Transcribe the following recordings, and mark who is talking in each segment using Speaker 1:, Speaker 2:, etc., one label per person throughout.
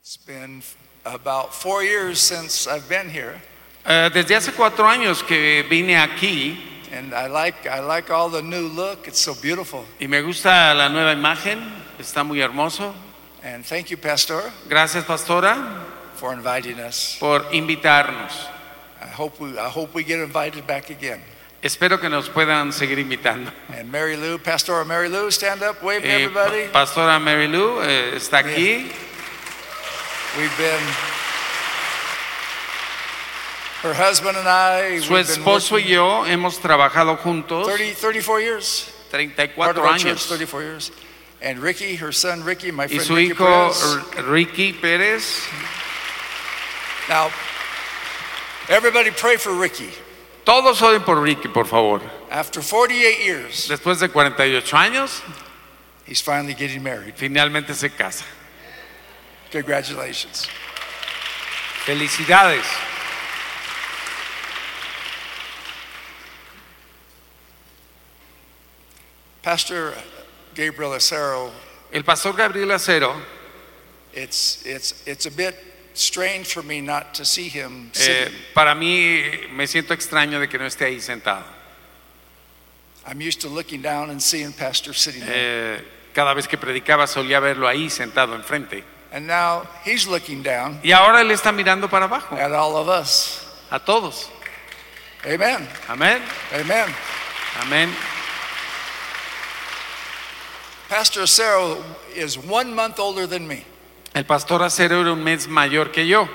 Speaker 1: It's been about four years since I've been here,
Speaker 2: Eh, desde hace cuatro años que vine aquí
Speaker 1: and I like I like all the new look. It's so beautiful.
Speaker 2: y me gusta la nueva imagen, está muy hermoso.
Speaker 1: And thank you, Pastor,
Speaker 2: Gracias, pastora,
Speaker 1: for inviting us.
Speaker 2: por invitarnos.
Speaker 1: I hope we I hope we get invited back again.
Speaker 2: Espero que nos puedan seguir invitando.
Speaker 1: And Mary Lou, Pastor Mary Lou, stand up, wave to
Speaker 2: Eh,
Speaker 1: everybody.
Speaker 2: pa- pastora Mary Lou eh, está aquí.
Speaker 1: We've been her husband and I.
Speaker 2: Su
Speaker 1: we've been
Speaker 2: esposo y
Speaker 1: working
Speaker 2: yo hemos trabajado juntos
Speaker 1: 30, 34 years. Part of
Speaker 2: 34
Speaker 1: our church,
Speaker 2: años.
Speaker 1: 34 years. And Ricky, her son Ricky, my
Speaker 2: Y
Speaker 1: friend
Speaker 2: su
Speaker 1: Ricky
Speaker 2: hijo
Speaker 1: Perez.
Speaker 2: R- Ricky Pérez.
Speaker 1: Now, everybody pray for Ricky.
Speaker 2: Todos oren por Ricky, por favor.
Speaker 1: After 48 years,
Speaker 2: Después de 48 años,
Speaker 1: he's finally getting married.
Speaker 2: finalmente se casa.
Speaker 1: Congratulations.
Speaker 2: Felicidades.
Speaker 1: Pastor Gabriel Acero,
Speaker 2: El pastor Gabriel Acero
Speaker 1: it's, it's, it's a bit strange for me not to see him
Speaker 2: Eh,
Speaker 1: sitting.
Speaker 2: para mí me siento extraño de que no esté ahí sentado.
Speaker 1: I'm used to looking down and seeing Pastor sitting there.
Speaker 2: Eh, cada vez que predicaba solía verlo ahí sentado enfrente.
Speaker 1: And now he's looking down
Speaker 2: Y ahora él está mirando para abajo,
Speaker 1: at all of us.
Speaker 2: a todos.
Speaker 1: Amen.
Speaker 2: Amén,
Speaker 1: Amen.
Speaker 2: amén.
Speaker 1: Pastor Acero is one month older than me.
Speaker 2: El pastor Acero era un mes mayor que yo.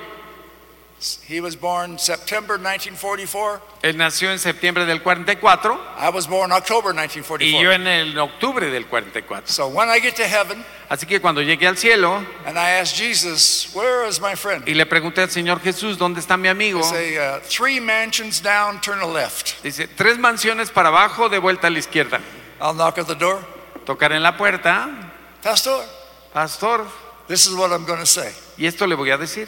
Speaker 1: He was born September 1944.
Speaker 2: Él nació en septiembre del 44
Speaker 1: I was born October
Speaker 2: y yo
Speaker 1: 1944.
Speaker 2: en el octubre del 44.
Speaker 1: So when I get to heaven
Speaker 2: Así que cuando llegué al cielo
Speaker 1: and I ask Jesus, where is my friend?
Speaker 2: y le pregunté al Señor Jesús, ¿dónde está mi amigo?
Speaker 1: He say, uh, three mansions down, turn a left.
Speaker 2: Dice, tres mansiones para abajo, de vuelta a la izquierda.
Speaker 1: I'll knock at the door.
Speaker 2: Tocar en la puerta,
Speaker 1: Pastor,
Speaker 2: pastor,
Speaker 1: this is what I'm going to say.
Speaker 2: y esto le voy a decir.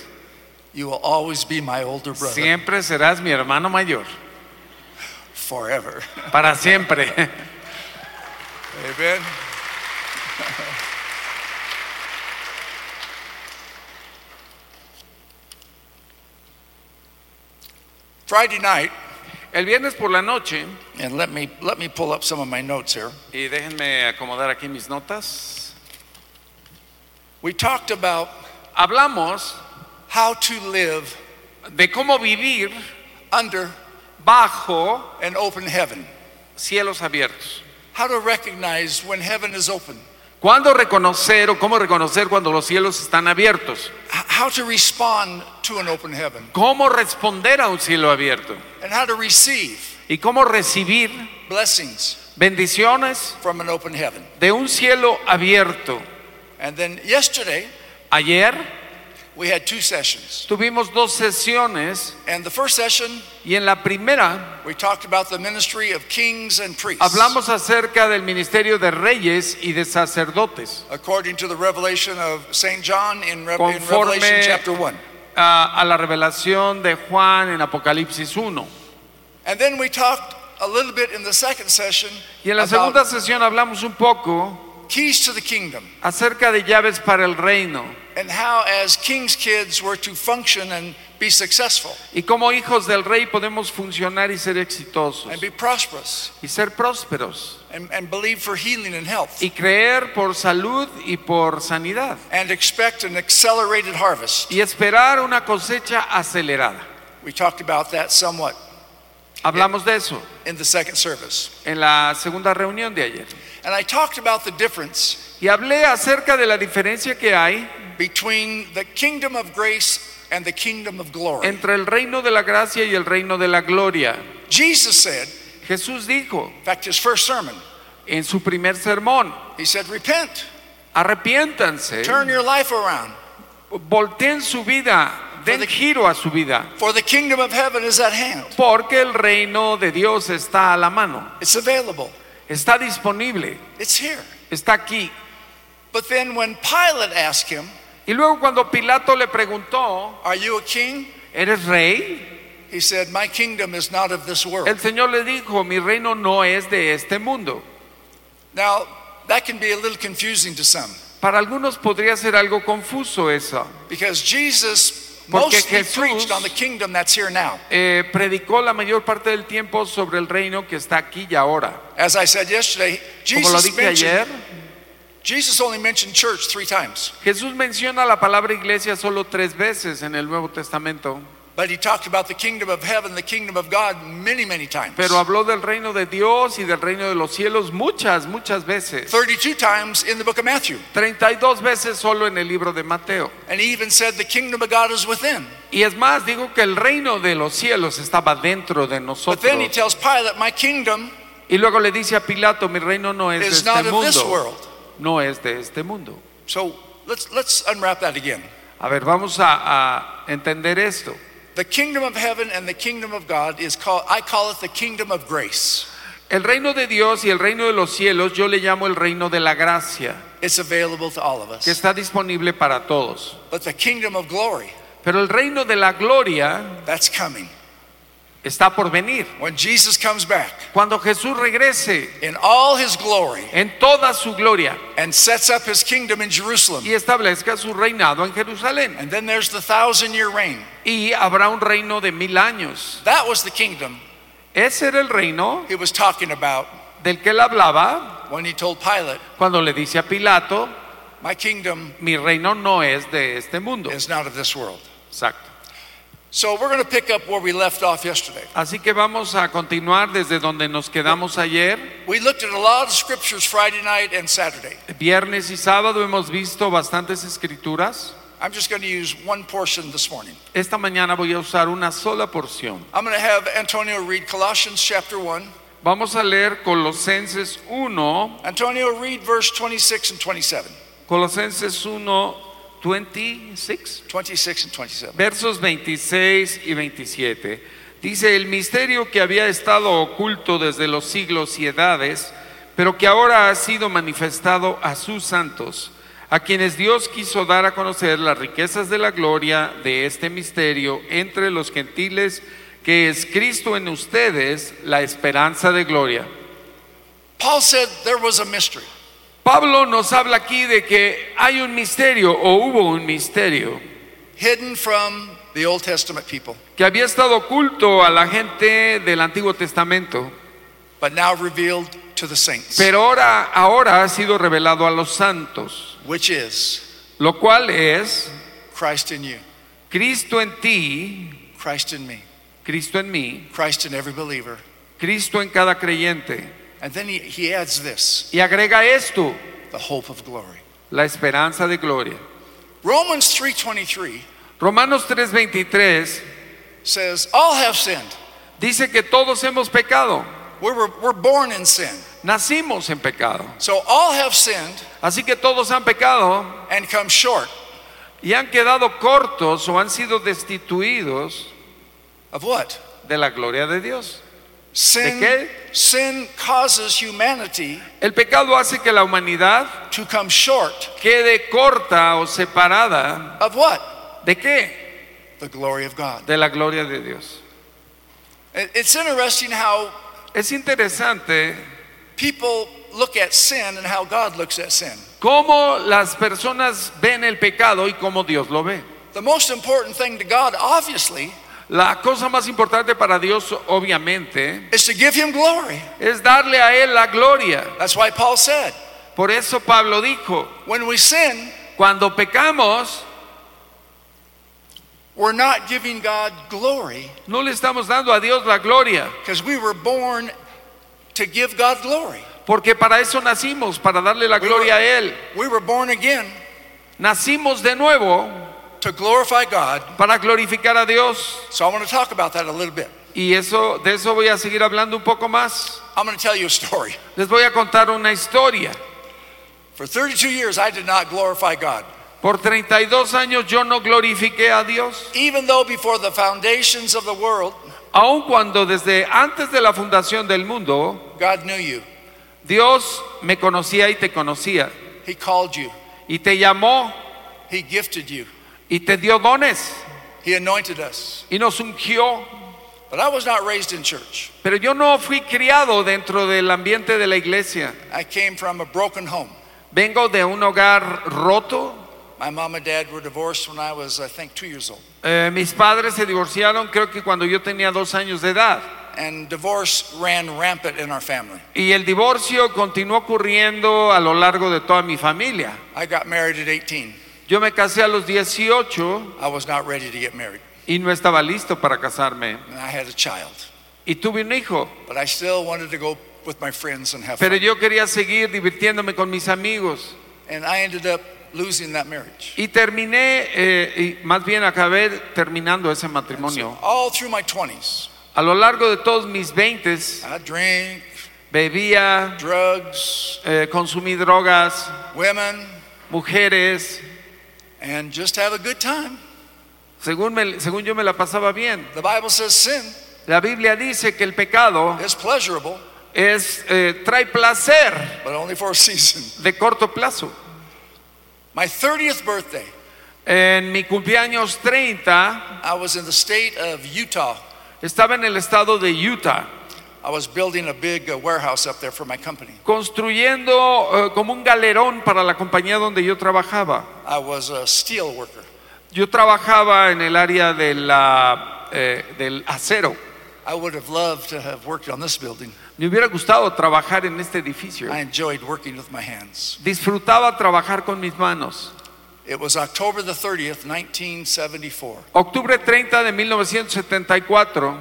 Speaker 1: You will always be my older brother
Speaker 2: Siempre serás mi hermano mayor,
Speaker 1: forever.
Speaker 2: para siempre.
Speaker 1: Amen. Friday night,
Speaker 2: El viernes por la noche,
Speaker 1: and let me let me pull up some of my notes here.
Speaker 2: y déjenme acomodar aquí mis notas,
Speaker 1: We talked about
Speaker 2: hablamos
Speaker 1: how to live
Speaker 2: de cómo vivir
Speaker 1: under
Speaker 2: bajo
Speaker 1: an open heaven.
Speaker 2: cielos abiertos.
Speaker 1: How to recognize when heaven is open.
Speaker 2: ¿Cuándo reconocer o cómo reconocer cuando los cielos están abiertos?
Speaker 1: H- How to respond to an open heaven
Speaker 2: ¿Cómo responder a un cielo abierto?
Speaker 1: and how to receive
Speaker 2: ¿Y cómo recibir
Speaker 1: blessings
Speaker 2: bendiciones
Speaker 1: from an open heaven.
Speaker 2: de un cielo abierto?
Speaker 1: And then yesterday
Speaker 2: Ayer
Speaker 1: we had two sessions.
Speaker 2: tuvimos dos sesiones
Speaker 1: And the first session
Speaker 2: y en la primera
Speaker 1: We talked about the ministry of kings and priests
Speaker 2: Hablamos acerca del ministerio de reyes y de sacerdotes,
Speaker 1: according to the revelation of St. John in, Re- in
Speaker 2: Conforme-
Speaker 1: Revelation chapter 1.
Speaker 2: ah, a, a la revelación de Juan en Apocalipsis 1.
Speaker 1: And then we talked a little bit in the second session
Speaker 2: Y en la
Speaker 1: about
Speaker 2: segunda sesión hablamos un poco
Speaker 1: keys to the kingdom
Speaker 2: acerca de llaves para el reino
Speaker 1: and how, as king's kids, we're to function and be successful
Speaker 2: y cómo hijos del rey podemos funcionar y ser exitosos
Speaker 1: and be prosperous
Speaker 2: y ser prósperos
Speaker 1: and, and believe for healing and health
Speaker 2: y creer por salud y por sanidad
Speaker 1: and expect an accelerated harvest.
Speaker 2: y esperar una cosecha acelerada.
Speaker 1: We talked about that somewhat
Speaker 2: Hablamos de eso
Speaker 1: in the second service.
Speaker 2: en la segunda reunión de ayer.
Speaker 1: And I talked about the difference
Speaker 2: Y hablé acerca de la diferencia que hay
Speaker 1: between the kingdom of grace and the kingdom of glory.
Speaker 2: entre el reino de la gracia y el reino de la gloria.
Speaker 1: Jesus said,
Speaker 2: Jesús dijo
Speaker 1: in fact, his first sermon,
Speaker 2: en su primer sermón,
Speaker 1: he said, Repent,
Speaker 2: arrepiéntanse,
Speaker 1: turn your life around,
Speaker 2: volteen su vida, den giro a su vida,
Speaker 1: for the kingdom of heaven is at hand.
Speaker 2: porque el reino de Dios está a la mano,
Speaker 1: It's available,
Speaker 2: está disponible,
Speaker 1: it's here.
Speaker 2: está aquí.
Speaker 1: But then when Pilate asked him,
Speaker 2: Y luego cuando Pilato le preguntó,
Speaker 1: Are you a king?
Speaker 2: ¿eres rey?
Speaker 1: He said, My kingdom is not of this world.
Speaker 2: El Señor le dijo, mi reino no es de este mundo.
Speaker 1: Now, that can be a little confusing to some.
Speaker 2: Para algunos podría ser algo confuso eso.
Speaker 1: because Jesus
Speaker 2: Porque
Speaker 1: mostly
Speaker 2: Jesús-
Speaker 1: preached on the kingdom that's here now.
Speaker 2: Eh, predicó la mayor parte del tiempo sobre el reino que está aquí y ahora.
Speaker 1: As I said yesterday,
Speaker 2: Como lo
Speaker 1: Jesus
Speaker 2: dije
Speaker 1: mentioned,
Speaker 2: ayer,
Speaker 1: Jesus only mentioned church three times,
Speaker 2: Jesús menciona la palabra iglesia solo tres veces en el Nuevo Testamento,
Speaker 1: but he talked about the kingdom of heaven, the kingdom of God many, many times.
Speaker 2: pero habló del reino de Dios y del reino de los cielos muchas, muchas veces.
Speaker 1: 32 times in the book of Matthew.
Speaker 2: 32 veces solo en el libro de Mateo.
Speaker 1: And he even said the kingdom of God is within.
Speaker 2: Y es más, digo que el reino de los cielos estaba dentro de
Speaker 1: But then he
Speaker 2: nosotros.
Speaker 1: tells Pilate, My kingdom
Speaker 2: Y luego le dice a Pilato, mi reino no es de
Speaker 1: is not
Speaker 2: este
Speaker 1: of this
Speaker 2: mundo.
Speaker 1: world.
Speaker 2: No es de este mundo.
Speaker 1: So let's, let's unwrap that again.
Speaker 2: A ver, vamos a, a entender esto.
Speaker 1: The kingdom of heaven and the kingdom of God is called, I call it the kingdom of grace.
Speaker 2: El reino de Dios y el reino de los cielos yo le llamo el reino de la gracia,
Speaker 1: It's available to all of
Speaker 2: que
Speaker 1: us.
Speaker 2: está disponible para todos.
Speaker 1: But the kingdom of glory,
Speaker 2: Pero el reino de la gloria
Speaker 1: that's coming.
Speaker 2: está por venir.
Speaker 1: When Jesus comes back
Speaker 2: Cuando Jesús regrese
Speaker 1: in all his glory
Speaker 2: en toda su gloria
Speaker 1: and sets up his kingdom in Jerusalem.
Speaker 2: y establezca su reinado en Jerusalén.
Speaker 1: And then there's the thousand year reign.
Speaker 2: Y habrá un reino de mil años.
Speaker 1: That was the kingdom
Speaker 2: Ese era el reino
Speaker 1: he was talking about
Speaker 2: del que él hablaba
Speaker 1: when he told Pilate,
Speaker 2: cuando le dice a Pilato,
Speaker 1: My kingdom
Speaker 2: mi reino no es de este mundo.
Speaker 1: is not of this world.
Speaker 2: Exacto.
Speaker 1: So we're going to pick up where we left off yesterday.
Speaker 2: Así que vamos a continuar desde donde nos quedamos ayer.
Speaker 1: We looked at a lot of scriptures Friday night and Saturday.
Speaker 2: Viernes y sábado hemos visto bastantes escrituras.
Speaker 1: I'm just going to use one portion this morning.
Speaker 2: Esta mañana voy a usar una sola porción.
Speaker 1: I'm going to have Antonio read Colossians chapter 1.
Speaker 2: Vamos a leer Colosenses 1,
Speaker 1: Antonio, read verse 26 and 27.
Speaker 2: Colosenses 1, 26.
Speaker 1: 26 and 27.
Speaker 2: Versos 26 y 27. Dice, el misterio que había estado oculto desde los siglos y edades, pero que ahora ha sido manifestado a sus santos, a quienes Dios quiso dar a conocer las riquezas de la gloria de este misterio entre los gentiles, que es Cristo en ustedes, la esperanza de gloria.
Speaker 1: Paul said there was a mystery.
Speaker 2: Pablo nos habla aquí de que hay un misterio o hubo un misterio
Speaker 1: hidden from the Old Testament people,
Speaker 2: que había estado oculto a la gente del Antiguo Testamento.
Speaker 1: but now revealed to the saints,
Speaker 2: Pero ahora, ahora ha sido revelado a los santos,
Speaker 1: which is
Speaker 2: lo cual es
Speaker 1: Christ in you,
Speaker 2: Cristo en ti,
Speaker 1: Christ in me,
Speaker 2: Cristo en mí,
Speaker 1: Christ in every believer.
Speaker 2: Cristo en cada creyente.
Speaker 1: And then he, he adds this
Speaker 2: Y agrega esto,
Speaker 1: the hope of glory.
Speaker 2: la esperanza de gloria.
Speaker 1: Romans 3:23
Speaker 2: Romanos 3:23
Speaker 1: says, "All have sinned.
Speaker 2: dice que todos hemos pecado,
Speaker 1: We were, we're born in sin.
Speaker 2: nacimos en pecado.
Speaker 1: So all have sinned
Speaker 2: Así que todos han pecado
Speaker 1: and come short
Speaker 2: y han quedado cortos o han sido destituidos
Speaker 1: of what?
Speaker 2: de la gloria de Dios.
Speaker 1: Sin,
Speaker 2: qué?
Speaker 1: sin causes humanity
Speaker 2: El pecado hace que la humanidad
Speaker 1: to come short
Speaker 2: quede corta o separada
Speaker 1: of what?
Speaker 2: ¿De qué?
Speaker 1: The glory of God.
Speaker 2: De la gloria de Dios.
Speaker 1: It- It's interesting how
Speaker 2: Es interesante
Speaker 1: people look at sin and how God looks at sin.
Speaker 2: cómo las personas ven el pecado y cómo Dios lo ve.
Speaker 1: The most important thing to God, obviously,
Speaker 2: La cosa más importante para Dios, obviamente,
Speaker 1: is to give Him glory.
Speaker 2: es darle a Él la gloria.
Speaker 1: That's why Paul said,
Speaker 2: Por eso Pablo dijo,
Speaker 1: when we sin,
Speaker 2: cuando pecamos,
Speaker 1: we're not giving God glory
Speaker 2: no le estamos dando a Dios la gloria,
Speaker 1: because we were born to give God glory.
Speaker 2: porque para eso nacimos, para darle la gloria a Él.
Speaker 1: We were born again
Speaker 2: Nacimos de nuevo
Speaker 1: to glorify God.
Speaker 2: para glorificar a Dios.
Speaker 1: So I want to talk about that a little bit.
Speaker 2: Y eso, de eso voy a seguir hablando un poco más.
Speaker 1: I'm going to tell you a story.
Speaker 2: Les voy a contar una historia.
Speaker 1: For 32 years, I did not glorify God,
Speaker 2: Por 32 años yo no glorifiqué a Dios,
Speaker 1: even though before the foundations of the world,
Speaker 2: aun cuando desde antes de la fundación del mundo,
Speaker 1: God knew you.
Speaker 2: Dios me conocía y te conocía,
Speaker 1: He called you,
Speaker 2: y te llamó
Speaker 1: He gifted you,
Speaker 2: y te dio dones
Speaker 1: He anointed us.
Speaker 2: y nos ungió.
Speaker 1: But I was not raised in church.
Speaker 2: Pero yo no fui criado dentro del ambiente de la iglesia.
Speaker 1: I came from a broken home.
Speaker 2: Vengo de un hogar roto.
Speaker 1: My mom and dad were divorced when I was, I think, two years old.
Speaker 2: Eh, mis padres se divorciaron creo que cuando yo tenía dos años de edad.
Speaker 1: And divorce ran rampant in our family.
Speaker 2: Y el divorcio continuó ocurriendo a lo largo de toda mi familia.
Speaker 1: I got married at 18.
Speaker 2: Yo me casé a los 18
Speaker 1: I was not ready to get married.
Speaker 2: y no estaba listo para casarme.
Speaker 1: And I had a child.
Speaker 2: Y tuve un hijo,
Speaker 1: But I still wanted to go with my friends and have
Speaker 2: pero
Speaker 1: fun.
Speaker 2: yo quería seguir divirtiéndome con mis amigos.
Speaker 1: And I ended up losing that marriage.
Speaker 2: Y terminé, eh, y más bien acabé terminando ese
Speaker 1: So
Speaker 2: matrimonio.
Speaker 1: all through my 20s,
Speaker 2: A lo largo de todos mis 20
Speaker 1: I drank,
Speaker 2: bebía,
Speaker 1: drugs,
Speaker 2: eh, consumí drogas,
Speaker 1: women,
Speaker 2: mujeres.
Speaker 1: and just have a good time.
Speaker 2: Según, me- según yo me la pasaba bien.
Speaker 1: The Bible says sin
Speaker 2: La Biblia dice que el pecado
Speaker 1: is pleasurable,
Speaker 2: es, eh, trae placer
Speaker 1: but only for a season.
Speaker 2: de corto plazo.
Speaker 1: My 30th birthday,
Speaker 2: En mi cumpleaños 30
Speaker 1: I was in the state of Utah.
Speaker 2: estaba en el estado de Utah
Speaker 1: I was building a big uh, warehouse up there for my company.
Speaker 2: construyendo eh, como un galerón para la compañía donde yo trabajaba.
Speaker 1: I was a steel worker.
Speaker 2: Yo trabajaba en el área de la, eh, del acero.
Speaker 1: I would have loved to have worked on this building.
Speaker 2: Me hubiera gustado trabajar en este edificio.
Speaker 1: I enjoyed working with my hands.
Speaker 2: Disfrutaba trabajar con mis manos.
Speaker 1: It was October the 30th, 1974.
Speaker 2: Octubre 30 de 1974,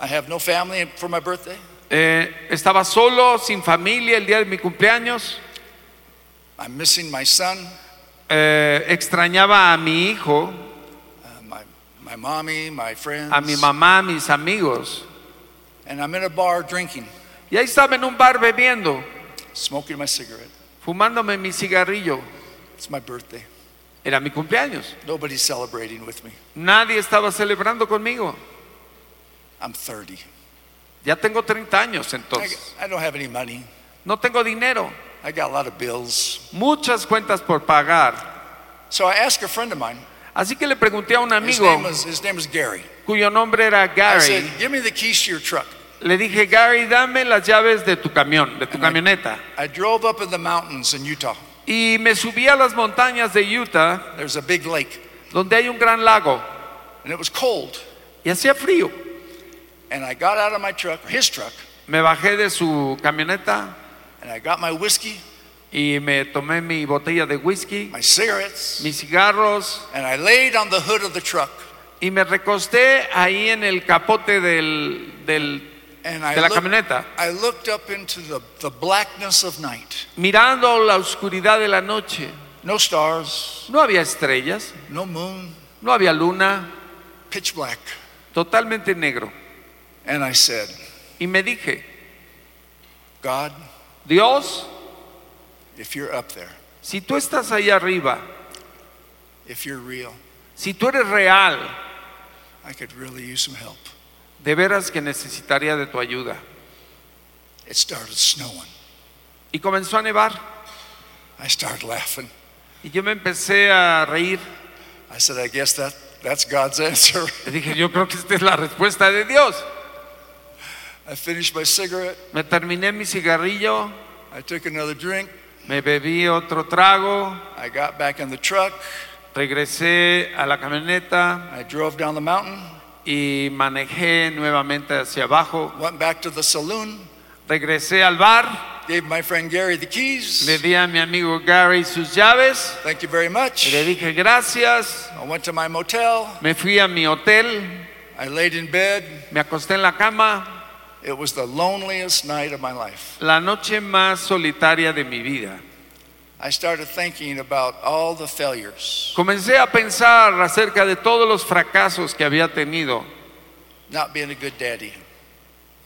Speaker 1: I have no family for my birthday.
Speaker 2: eh, estaba solo, sin familia, el día de mi cumpleaños.
Speaker 1: I'm missing my son,
Speaker 2: Eh, extrañaba a mi hijo,
Speaker 1: uh, my, my mommy, my friends.
Speaker 2: a mi mamá, a mis amigos.
Speaker 1: And I'm in a bar drinking,
Speaker 2: Y ahí estaba en un bar bebiendo,
Speaker 1: smoking my cigarette.
Speaker 2: fumándome mi cigarrillo.
Speaker 1: It's my birthday.
Speaker 2: Era mi cumpleaños.
Speaker 1: Nobody's celebrating with me.
Speaker 2: Nadie estaba celebrando conmigo.
Speaker 1: I'm 30.
Speaker 2: Ya tengo 30 años
Speaker 1: I,
Speaker 2: entonces.
Speaker 1: I don't have any money.
Speaker 2: No tengo dinero.
Speaker 1: I got a lot of bills.
Speaker 2: Muchas cuentas por pagar.
Speaker 1: So I asked a friend of mine.
Speaker 2: Así que le pregunté a un
Speaker 1: His
Speaker 2: amigo
Speaker 1: name was, his name was Gary.
Speaker 2: cuyo nombre era
Speaker 1: I said,
Speaker 2: Gary.
Speaker 1: Give me the keys to your truck.
Speaker 2: Le dije, Gary, dame las llaves de tu camión, de tu
Speaker 1: And I-
Speaker 2: camioneta.
Speaker 1: I drove up in the mountains in Utah.
Speaker 2: Y me subí a las montañas de Utah,
Speaker 1: There's a big lake,
Speaker 2: donde hay un gran lago.
Speaker 1: and it was cold.
Speaker 2: Y hacía frío.
Speaker 1: And I got out of my truck, his truck,
Speaker 2: Me bajé de su camioneta
Speaker 1: and I got my whiskey,
Speaker 2: y me tomé mi botella de whisky,
Speaker 1: my cigarettes,
Speaker 2: mis cigarros,
Speaker 1: and I laid on the hood of the truck.
Speaker 2: Y me recosté ahí en el capote del, del-
Speaker 1: And
Speaker 2: de la
Speaker 1: I looked,
Speaker 2: camioneta,
Speaker 1: I looked up into the, the blackness of night.
Speaker 2: mirando la oscuridad de la noche.
Speaker 1: No stars,
Speaker 2: No había estrellas,
Speaker 1: no moon,
Speaker 2: no había luna,
Speaker 1: pitch black.
Speaker 2: totalmente negro.
Speaker 1: And I said,
Speaker 2: Y me dije,
Speaker 1: God,
Speaker 2: Dios,
Speaker 1: if you're up there,
Speaker 2: si tú estás ahí arriba,
Speaker 1: if you're real,
Speaker 2: si tú eres real,
Speaker 1: I could really use some help.
Speaker 2: de veras que necesitaría de tu ayuda.
Speaker 1: It started snowing.
Speaker 2: Y comenzó a nevar.
Speaker 1: I started laughing.
Speaker 2: Y yo me empecé a reír.
Speaker 1: I said, I guess that, that's God's answer.
Speaker 2: Le dije, yo creo que esta es la respuesta de Dios.
Speaker 1: I finished my cigarette.
Speaker 2: Me terminé mi cigarrillo,
Speaker 1: I took another drink.
Speaker 2: me bebí otro trago,
Speaker 1: I got back in the truck.
Speaker 2: Regresé a la camioneta
Speaker 1: I drove down the mountain,
Speaker 2: y manejé nuevamente hacia abajo.
Speaker 1: went back to the saloon,
Speaker 2: Regresé al bar,
Speaker 1: gave my friend Gary the
Speaker 2: le
Speaker 1: keys.
Speaker 2: di a mi amigo Gary sus llaves,
Speaker 1: Thank you very
Speaker 2: y le
Speaker 1: much.
Speaker 2: dije gracias.
Speaker 1: I went to my motel.
Speaker 2: Me fui a mi hotel,
Speaker 1: I laid in bed.
Speaker 2: me acosté en la cama,
Speaker 1: It was the loneliest night of my life.
Speaker 2: la noche más solitaria de mi vida.
Speaker 1: I started thinking about all the failures,
Speaker 2: Comencé a pensar acerca de todos los fracasos que había tenido,
Speaker 1: not being a good daddy,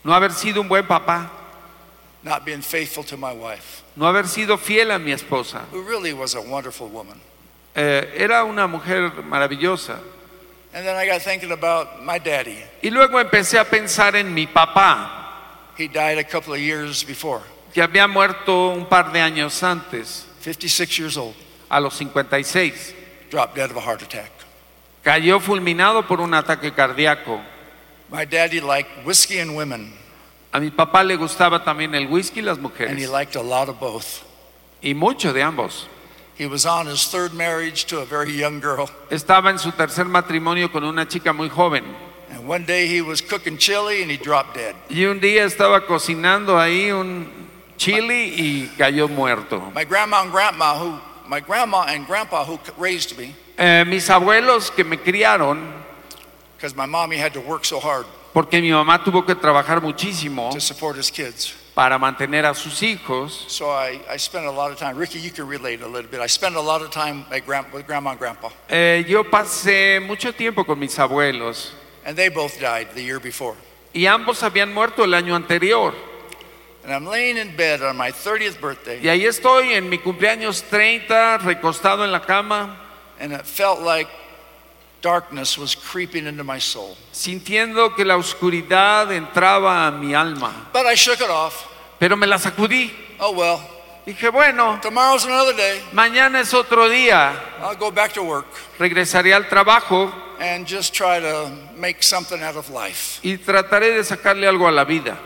Speaker 2: no haber sido un buen papá,
Speaker 1: not being faithful to my wife,
Speaker 2: no haber sido fiel a mi esposa.
Speaker 1: who really was a wonderful woman.
Speaker 2: Eh, era una mujer maravillosa.
Speaker 1: And then I got thinking about my daddy.
Speaker 2: Y luego empecé a pensar en mi papá.
Speaker 1: He died a couple of years before,
Speaker 2: que había muerto un par de años antes,
Speaker 1: 56 years old,
Speaker 2: a los 56.
Speaker 1: dropped dead of a heart attack.
Speaker 2: Cayó fulminado por un ataque cardíaco.
Speaker 1: My daddy liked whiskey and women,
Speaker 2: A mi papá le gustaba también el whisky y las
Speaker 1: and he
Speaker 2: mujeres.
Speaker 1: liked a lot of both.
Speaker 2: y mucho de ambos.
Speaker 1: He was on his third marriage to a very young girl.
Speaker 2: Estaba en su tercer matrimonio con una chica muy joven
Speaker 1: And one day he was cooking chili and he dropped dead.
Speaker 2: y un día estaba cocinando ahí un chili y cayó muerto.
Speaker 1: My grandma and grandma who my grandma and grandpa who c- raised me
Speaker 2: Eh, mis abuelos que me criaron,
Speaker 1: because my mommy had to work so hard
Speaker 2: porque mi mamá tuvo que trabajar muchísimo
Speaker 1: to support his kids.
Speaker 2: para mantener a sus hijos,
Speaker 1: So I, I spent a lot of time. Ricky, you can relate a little bit. I spent a lot of time at grand, with grandma and grandpa,
Speaker 2: eh, yo pasé mucho tiempo con mis abuelos
Speaker 1: and they both died the year before.
Speaker 2: y ambos habían muerto el año anterior.
Speaker 1: And I'm laying in bed on my 30th birthday,
Speaker 2: Y ahí estoy en mi cumpleaños 30, recostado en la cama,
Speaker 1: and it felt like darkness was creeping into my soul.
Speaker 2: sintiendo que la oscuridad entraba a mi alma.
Speaker 1: But I shook it off.
Speaker 2: Pero me la sacudí.
Speaker 1: Oh well,
Speaker 2: Dije, bueno,
Speaker 1: tomorrow's another day.
Speaker 2: mañana es otro día,
Speaker 1: I'll go back to work
Speaker 2: regresaré al trabajo
Speaker 1: and just try to make something out of life.
Speaker 2: y trataré de sacarle algo a la vida.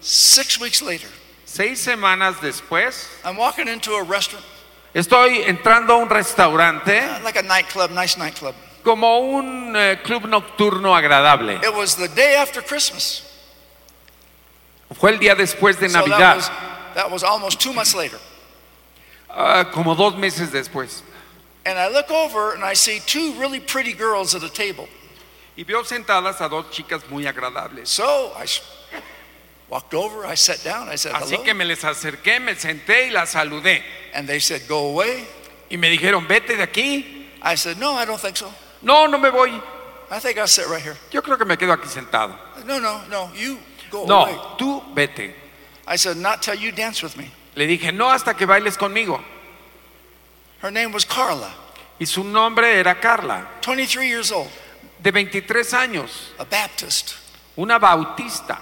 Speaker 1: Six weeks later,
Speaker 2: Seis semanas después,
Speaker 1: I'm walking into a restaurant,
Speaker 2: estoy entrando a un restaurante
Speaker 1: like a nightclub, nice nightclub.
Speaker 2: como un eh, club nocturno agradable.
Speaker 1: It was the day after Christmas.
Speaker 2: Fue el día después de
Speaker 1: So that
Speaker 2: Navidad,
Speaker 1: was, that was almost two months later.
Speaker 2: ah, como dos meses después.
Speaker 1: And I look over and I see two really pretty girls at a table.
Speaker 2: Y veo sentadas a dos chicas muy agradables.
Speaker 1: So I s- walked over, I sat down, I said
Speaker 2: Así
Speaker 1: hello.
Speaker 2: que me les acerqué, me senté y las saludé.
Speaker 1: And they said, go away.
Speaker 2: Y me dijeron, vete de aquí.
Speaker 1: I said, no, I don't think so.
Speaker 2: No, no me voy.
Speaker 1: I think I'll sit right here.
Speaker 2: Yo creo que me quedo aquí sentado.
Speaker 1: No, no, no, you go away.
Speaker 2: No, tú vete.
Speaker 1: I said, not till you dance with me.
Speaker 2: Le dije, no hasta que bailes conmigo.
Speaker 1: Her name was Carla,
Speaker 2: Y su nombre era Carla,
Speaker 1: 23 years old,
Speaker 2: de 23 años,
Speaker 1: a Baptist,
Speaker 2: una bautista,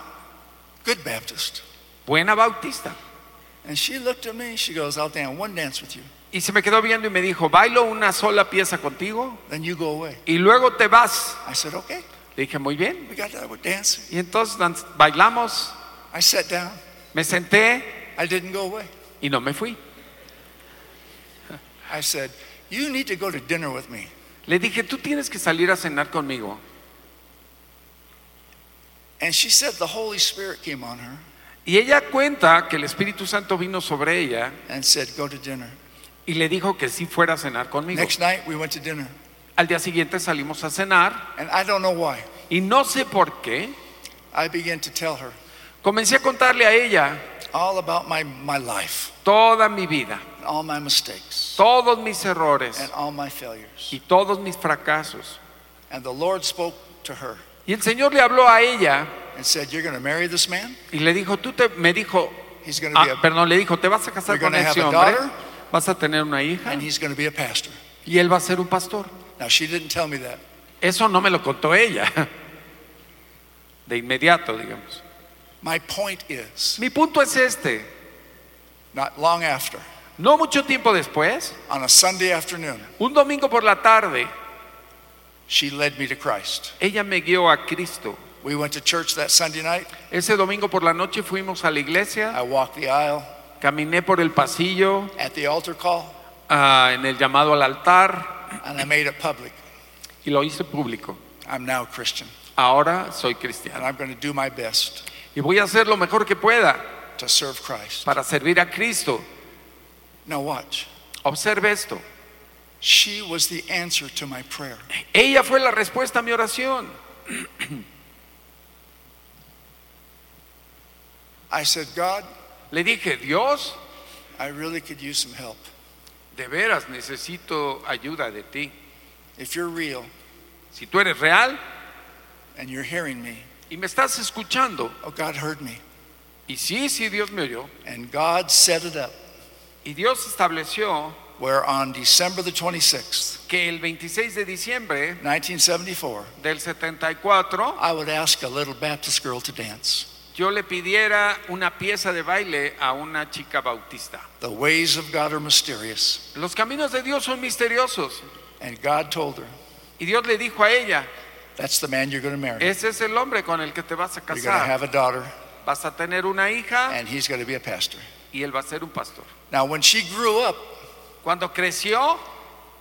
Speaker 1: good Baptist.
Speaker 2: buena bautista.
Speaker 1: And she looked at me, she goes, I'll dance one dance with you,
Speaker 2: Y se me quedó viendo y me dijo, bailo una sola pieza contigo
Speaker 1: then you go away.
Speaker 2: y luego te vas.
Speaker 1: I said, okay,
Speaker 2: Le dije, muy bien.
Speaker 1: we got that, we're dancing.
Speaker 2: Y entonces dan- bailamos,
Speaker 1: I sat down,
Speaker 2: me senté
Speaker 1: I didn't go away.
Speaker 2: y no me fui.
Speaker 1: I said, you need to go to dinner with me.
Speaker 2: Le dije, tú tienes que salir a cenar conmigo.
Speaker 1: And she said the Holy Spirit came on her
Speaker 2: Y ella cuenta que el Espíritu Santo vino sobre ella
Speaker 1: and said, Go to dinner.
Speaker 2: y le dijo que sí fuera a cenar conmigo.
Speaker 1: Next night, we went to dinner.
Speaker 2: Al día siguiente salimos a cenar
Speaker 1: And I don't know why.
Speaker 2: y no sé por qué,
Speaker 1: I began to tell her
Speaker 2: comencé a contarle a ella
Speaker 1: all about my, my life,
Speaker 2: toda mi vida,
Speaker 1: and all my mistakes,
Speaker 2: todos mis errores
Speaker 1: and all my failures.
Speaker 2: y todos mis fracasos.
Speaker 1: And the Lord spoke to her
Speaker 2: Y el Señor le habló a ella
Speaker 1: and said, You're going to marry this man.
Speaker 2: y le dijo, tú te, me dijo,
Speaker 1: He's going to
Speaker 2: ah,
Speaker 1: be a,
Speaker 2: perdón, le dijo, te vas a casar
Speaker 1: We're
Speaker 2: con
Speaker 1: gonna have
Speaker 2: ese
Speaker 1: a
Speaker 2: hombre,
Speaker 1: daughter.
Speaker 2: vas a tener una hija
Speaker 1: and he's going to be a pastor.
Speaker 2: y él va a ser un pastor.
Speaker 1: Now, she didn't tell me that.
Speaker 2: Eso no me lo contó ella, de inmediato, digamos.
Speaker 1: My point is,
Speaker 2: Mi punto es este,
Speaker 1: not long after,
Speaker 2: no mucho tiempo después,
Speaker 1: on a Sunday afternoon,
Speaker 2: un domingo por la tarde,
Speaker 1: she led me to Christ.
Speaker 2: ella me guió a Cristo.
Speaker 1: We went to church that Sunday night.
Speaker 2: Ese domingo por la noche fuimos a la iglesia,
Speaker 1: I walked the aisle
Speaker 2: caminé por el pasillo,
Speaker 1: at the altar call,
Speaker 2: ah, en el llamado al altar
Speaker 1: and I made it public.
Speaker 2: y lo hice público.
Speaker 1: I'm now a Christian,
Speaker 2: Ahora soy cristiano
Speaker 1: and I'm going to do my best
Speaker 2: y voy a hacer lo mejor que pueda
Speaker 1: to serve Christ.
Speaker 2: para servir a Cristo.
Speaker 1: Now, watch.
Speaker 2: Observe esto.
Speaker 1: She was the answer to my prayer.
Speaker 2: Ella fue la respuesta a mi oración.
Speaker 1: I said, God,
Speaker 2: Le dije, Dios,
Speaker 1: I really could use some help.
Speaker 2: de veras necesito ayuda de ti.
Speaker 1: If you're real
Speaker 2: Si tú eres real
Speaker 1: and you're hearing me,
Speaker 2: y me estás escuchando,
Speaker 1: oh, God heard me.
Speaker 2: y sí, sí, Dios me oyó,
Speaker 1: And God set it up
Speaker 2: y Dios estableció
Speaker 1: where on December the 26th,
Speaker 2: que el 26 de diciembre
Speaker 1: 1974,
Speaker 2: del 74
Speaker 1: I would ask a little Baptist girl to dance.
Speaker 2: yo le pidiera una pieza de baile a una chica bautista.
Speaker 1: The ways of God are mysterious.
Speaker 2: Los caminos de Dios son misteriosos.
Speaker 1: And God told her,
Speaker 2: Y Dios le dijo a ella,
Speaker 1: That's the man you're going to marry.
Speaker 2: ese es el hombre con el que te vas a
Speaker 1: You're going to
Speaker 2: casar.
Speaker 1: have a daughter,
Speaker 2: Vas a tener una hija
Speaker 1: and he's going to be a pastor.
Speaker 2: y él va a ser un pastor.
Speaker 1: Now, when she grew up,
Speaker 2: Cuando creció,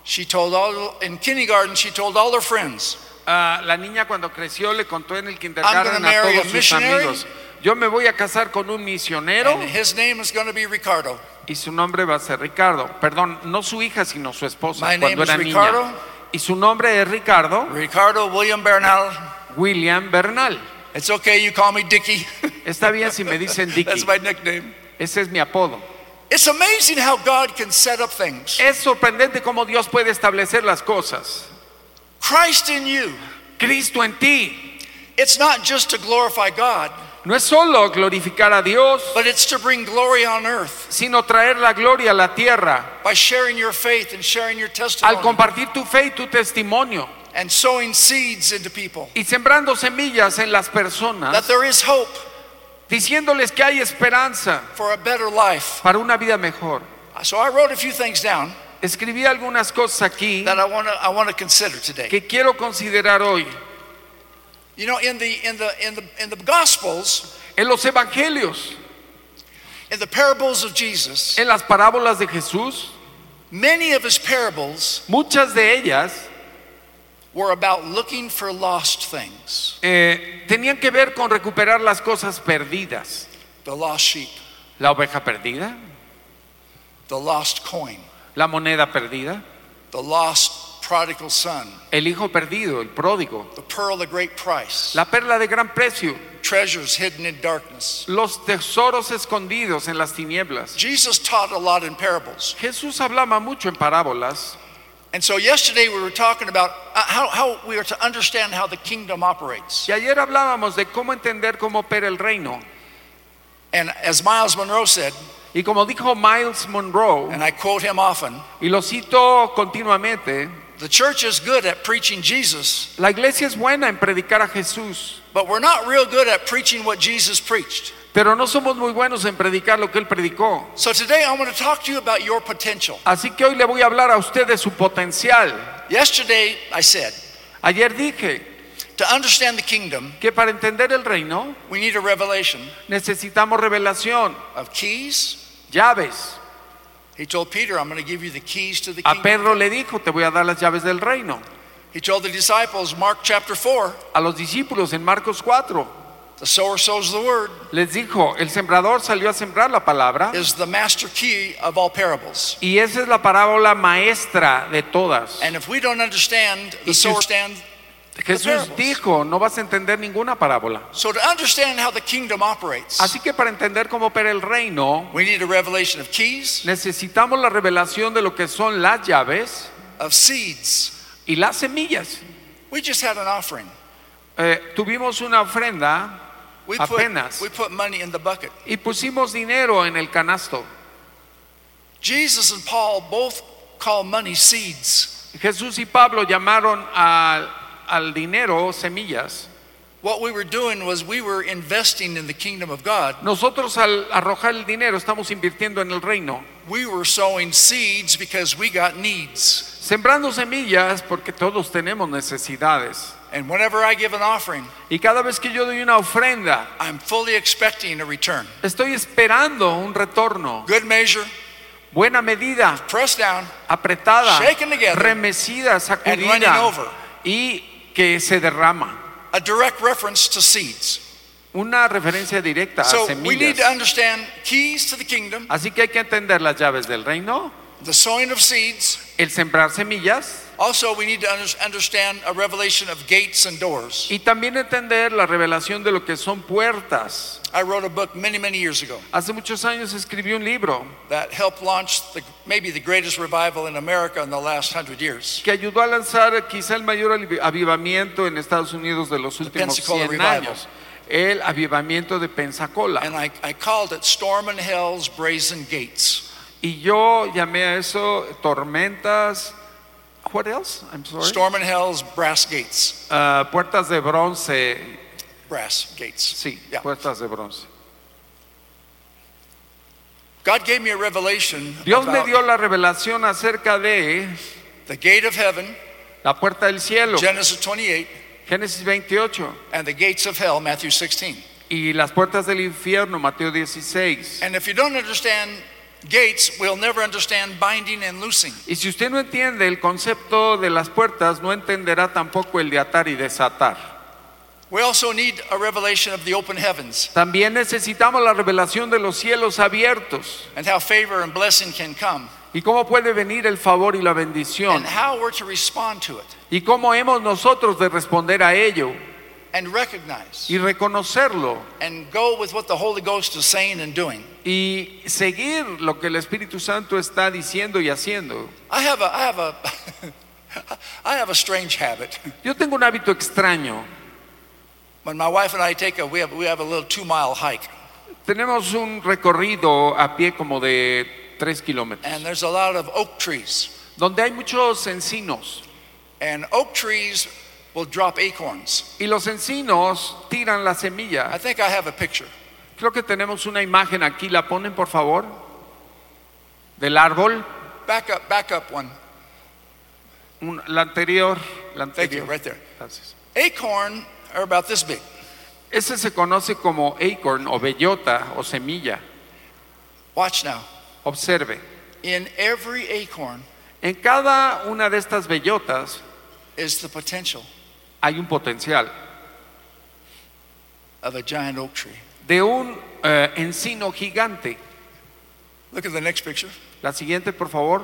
Speaker 1: she told all, in kindergarten, she told all her friends,
Speaker 2: ah, la niña cuando creció le contó en el
Speaker 1: I'm
Speaker 2: kindergarten
Speaker 1: gonna
Speaker 2: a
Speaker 1: marry
Speaker 2: todos
Speaker 1: a
Speaker 2: sus
Speaker 1: missionary.
Speaker 2: amigos. Yo me voy a casar con un misionero
Speaker 1: and his name is going to be Ricardo.
Speaker 2: y su nombre va a ser Ricardo. Perdón, no su hija, sino su esposa
Speaker 1: My
Speaker 2: cuando
Speaker 1: name is
Speaker 2: era niña.
Speaker 1: Ricardo.
Speaker 2: Y su nombre es Ricardo
Speaker 1: Ricardo William Bernal.
Speaker 2: William Bernal.
Speaker 1: It's okay, you call me Dickie.
Speaker 2: Está bien si me dicen Dicky.
Speaker 1: That's my nickname.
Speaker 2: Ese es mi apodo.
Speaker 1: It's amazing how God can set up things.
Speaker 2: Es sorprendente cómo Dios puede establecer las cosas.
Speaker 1: Christ in you.
Speaker 2: Cristo en ti
Speaker 1: It's not just to glorify God,
Speaker 2: no es solo glorificar a Dios,
Speaker 1: but it's to bring glory on earth
Speaker 2: sino traer la gloria a la tierra
Speaker 1: by sharing your faith and sharing your
Speaker 2: al
Speaker 1: testimony
Speaker 2: compartir tu fe y tu testimonio
Speaker 1: and sowing seeds into people.
Speaker 2: y sembrando semillas en las
Speaker 1: That
Speaker 2: personas,
Speaker 1: there is hope
Speaker 2: diciéndoles que hay esperanza
Speaker 1: for a better life.
Speaker 2: para una vida mejor.
Speaker 1: So I wrote a few things down
Speaker 2: Escribí algunas cosas aquí
Speaker 1: that I want to I want to consider today.
Speaker 2: que quiero considerar hoy.
Speaker 1: You know, in the in the in the in the gospels,
Speaker 2: En los evangelios,
Speaker 1: in the parables of Jesus,
Speaker 2: en las parábolas de Jesús,
Speaker 1: many of his parables
Speaker 2: muchas de ellas
Speaker 1: were about looking for lost things,
Speaker 2: eh, tenían que ver con recuperar las cosas perdidas.
Speaker 1: the lost sheep,
Speaker 2: La oveja perdida,
Speaker 1: the lost coin,
Speaker 2: la moneda perdida,
Speaker 1: the lost prodigal son,
Speaker 2: el hijo perdido, el pródigo,
Speaker 1: the pearl of great price,
Speaker 2: la perla de gran precio,
Speaker 1: treasures hidden in darkness.
Speaker 2: los tesoros escondidos en las tinieblas.
Speaker 1: Jesus taught a lot in parables.
Speaker 2: Jesús hablaba mucho en parábolas
Speaker 1: And so yesterday we were talking about uh, how, how we are to understand how the kingdom operates.
Speaker 2: y ayer hablábamos de cómo entender cómo opera el reino.
Speaker 1: And as Miles Monroe said,
Speaker 2: Y como dijo Miles Monroe,
Speaker 1: and I quote him often,
Speaker 2: y lo cito continuamente,
Speaker 1: the church is good at preaching Jesus,
Speaker 2: la iglesia es buena en predicar a Jesús,
Speaker 1: but we're not real good at preaching what Jesus preached.
Speaker 2: pero no somos muy buenos en predicar lo que él predicó.
Speaker 1: So today I want to talk to you about your potential.
Speaker 2: Así que hoy le voy a hablar a usted de su potencial.
Speaker 1: Yesterday, I said,
Speaker 2: Ayer dije
Speaker 1: to understand the kingdom,
Speaker 2: que para entender el reino
Speaker 1: we need a revelation
Speaker 2: necesitamos revelación,
Speaker 1: of keys.
Speaker 2: llaves.
Speaker 1: He told Peter, I'm going to give you the keys to the
Speaker 2: A
Speaker 1: kingdom.
Speaker 2: Pedro le dijo, te voy a dar las llaves del reino.
Speaker 1: He told the disciples, Mark chapter 4,
Speaker 2: A los discípulos en Marcos 4
Speaker 1: the sower sows the word,
Speaker 2: les dijo, el sembrador salió a sembrar la palabra
Speaker 1: is the master key of all parables.
Speaker 2: y esa es la parábola maestra de todas.
Speaker 1: And if we don't understand the
Speaker 2: Y si-
Speaker 1: sower stand,
Speaker 2: Jesús dijo, no vas a entender ninguna parábola.
Speaker 1: so to understand how the kingdom operates,
Speaker 2: Así que para entender cómo opera el reino,
Speaker 1: we need a revelation of keys,
Speaker 2: necesitamos la revelación de lo que son las llaves
Speaker 1: of seeds.
Speaker 2: y las semillas.
Speaker 1: We just had an offering.
Speaker 2: Eh, tuvimos una ofrenda
Speaker 1: We put,
Speaker 2: Apenas.
Speaker 1: we put money in the bucket.
Speaker 2: y pusimos dinero en el canasto.
Speaker 1: Jesus and Paul both call money seeds.
Speaker 2: Jesús y Pablo llamaron al, al dinero semillas.
Speaker 1: What we were doing was we were investing in the kingdom of God.
Speaker 2: Nosotros al arrojar el dinero estamos invirtiendo en el reino,
Speaker 1: We were sowing seeds because we got needs.
Speaker 2: sembrando semillas porque todos tenemos necesidades.
Speaker 1: And whenever I give an offering,
Speaker 2: Y cada vez que yo doy una ofrenda,
Speaker 1: I'm fully expecting a return.
Speaker 2: estoy esperando un retorno.
Speaker 1: Good measure,
Speaker 2: Buena medida,
Speaker 1: pressed down,
Speaker 2: apretada,
Speaker 1: Shaken together
Speaker 2: remecida,
Speaker 1: and running
Speaker 2: sacudida
Speaker 1: over.
Speaker 2: y que se derrama.
Speaker 1: A direct reference to seeds.
Speaker 2: Una referencia directa a
Speaker 1: So we need to
Speaker 2: semillas.
Speaker 1: understand keys to the kingdom,
Speaker 2: Así que hay que entender las llaves del reino,
Speaker 1: the sowing of seeds.
Speaker 2: el sembrar semillas
Speaker 1: Also, we need to under- understand a revelation of gates and doors.
Speaker 2: y también entender la revelación de lo que son puertas.
Speaker 1: I wrote a book many, many years ago.
Speaker 2: Hace muchos años escribí un libro
Speaker 1: that helped launch the, maybe the greatest revival in America in the last hundred years.
Speaker 2: que ayudó a lanzar quizá el mayor avi- avivamiento en Estados Unidos de los últimos
Speaker 1: Pensacola
Speaker 2: 100
Speaker 1: Revival.
Speaker 2: años, el avivamiento de Pensacola.
Speaker 1: And I, I called it Storm in Hell's Brazen Gates.
Speaker 2: Y yo llamé a eso tormentas. What else? I'm sorry.
Speaker 1: Storm in Hell's Brass Gates.
Speaker 2: Ah, puertas de bronce.
Speaker 1: Brass Gates.
Speaker 2: Sí,
Speaker 1: Yeah.
Speaker 2: puertas de bronce.
Speaker 1: God gave me a revelation
Speaker 2: Dios me
Speaker 1: about
Speaker 2: dio la revelación acerca de
Speaker 1: the gate of heaven,
Speaker 2: la puerta del cielo,
Speaker 1: Genesis 28,
Speaker 2: Génesis 28,
Speaker 1: and the gates of hell, Matthew 16.
Speaker 2: y las puertas del infierno, Mateo 16.
Speaker 1: And if you don't understand gates will never understand binding and loosing.
Speaker 2: Y si usted no entiende el concepto de las puertas, no entenderá tampoco el de atar y desatar.
Speaker 1: We also need a revelation of the open heavens
Speaker 2: También necesitamos la revelación de los cielos abiertos
Speaker 1: and how favor and blessing can come
Speaker 2: y cómo puede venir el favor y la bendición
Speaker 1: and how we're to respond to it
Speaker 2: y cómo hemos nosotros de responder a ello
Speaker 1: and recognize
Speaker 2: y reconocerlo
Speaker 1: and go with what the Holy Ghost is saying and doing.
Speaker 2: y seguir lo que el Espíritu Santo está diciendo y haciendo.
Speaker 1: I have a I have a I have a strange habit.
Speaker 2: Yo tengo un hábito extraño.
Speaker 1: When my wife and I take a we have we have a little 2-mile hike
Speaker 2: Tenemos un recorrido a pie como de 3
Speaker 1: and
Speaker 2: kilómetros,
Speaker 1: there's a lot of oak trees.
Speaker 2: donde hay muchos encinos
Speaker 1: And oak trees will drop acorns.
Speaker 2: y los encinos tiran la semilla.
Speaker 1: I think I have a picture.
Speaker 2: Creo que tenemos una imagen aquí, la ponen por favor, del árbol,
Speaker 1: Back up back up one.
Speaker 2: un- la anterior, la
Speaker 1: Thank you
Speaker 2: anterior.
Speaker 1: right there.
Speaker 2: Gracias.
Speaker 1: Acorn are about this big.
Speaker 2: Ese se conoce como acorn o bellota o semilla.
Speaker 1: Watch now.
Speaker 2: Observe,
Speaker 1: In every acorn
Speaker 2: en cada una de estas bellotas
Speaker 1: is the potential
Speaker 2: hay un potencial
Speaker 1: of a giant oak tree.
Speaker 2: de un eh, encino gigante.
Speaker 1: Look at the next picture.
Speaker 2: La siguiente, por favor.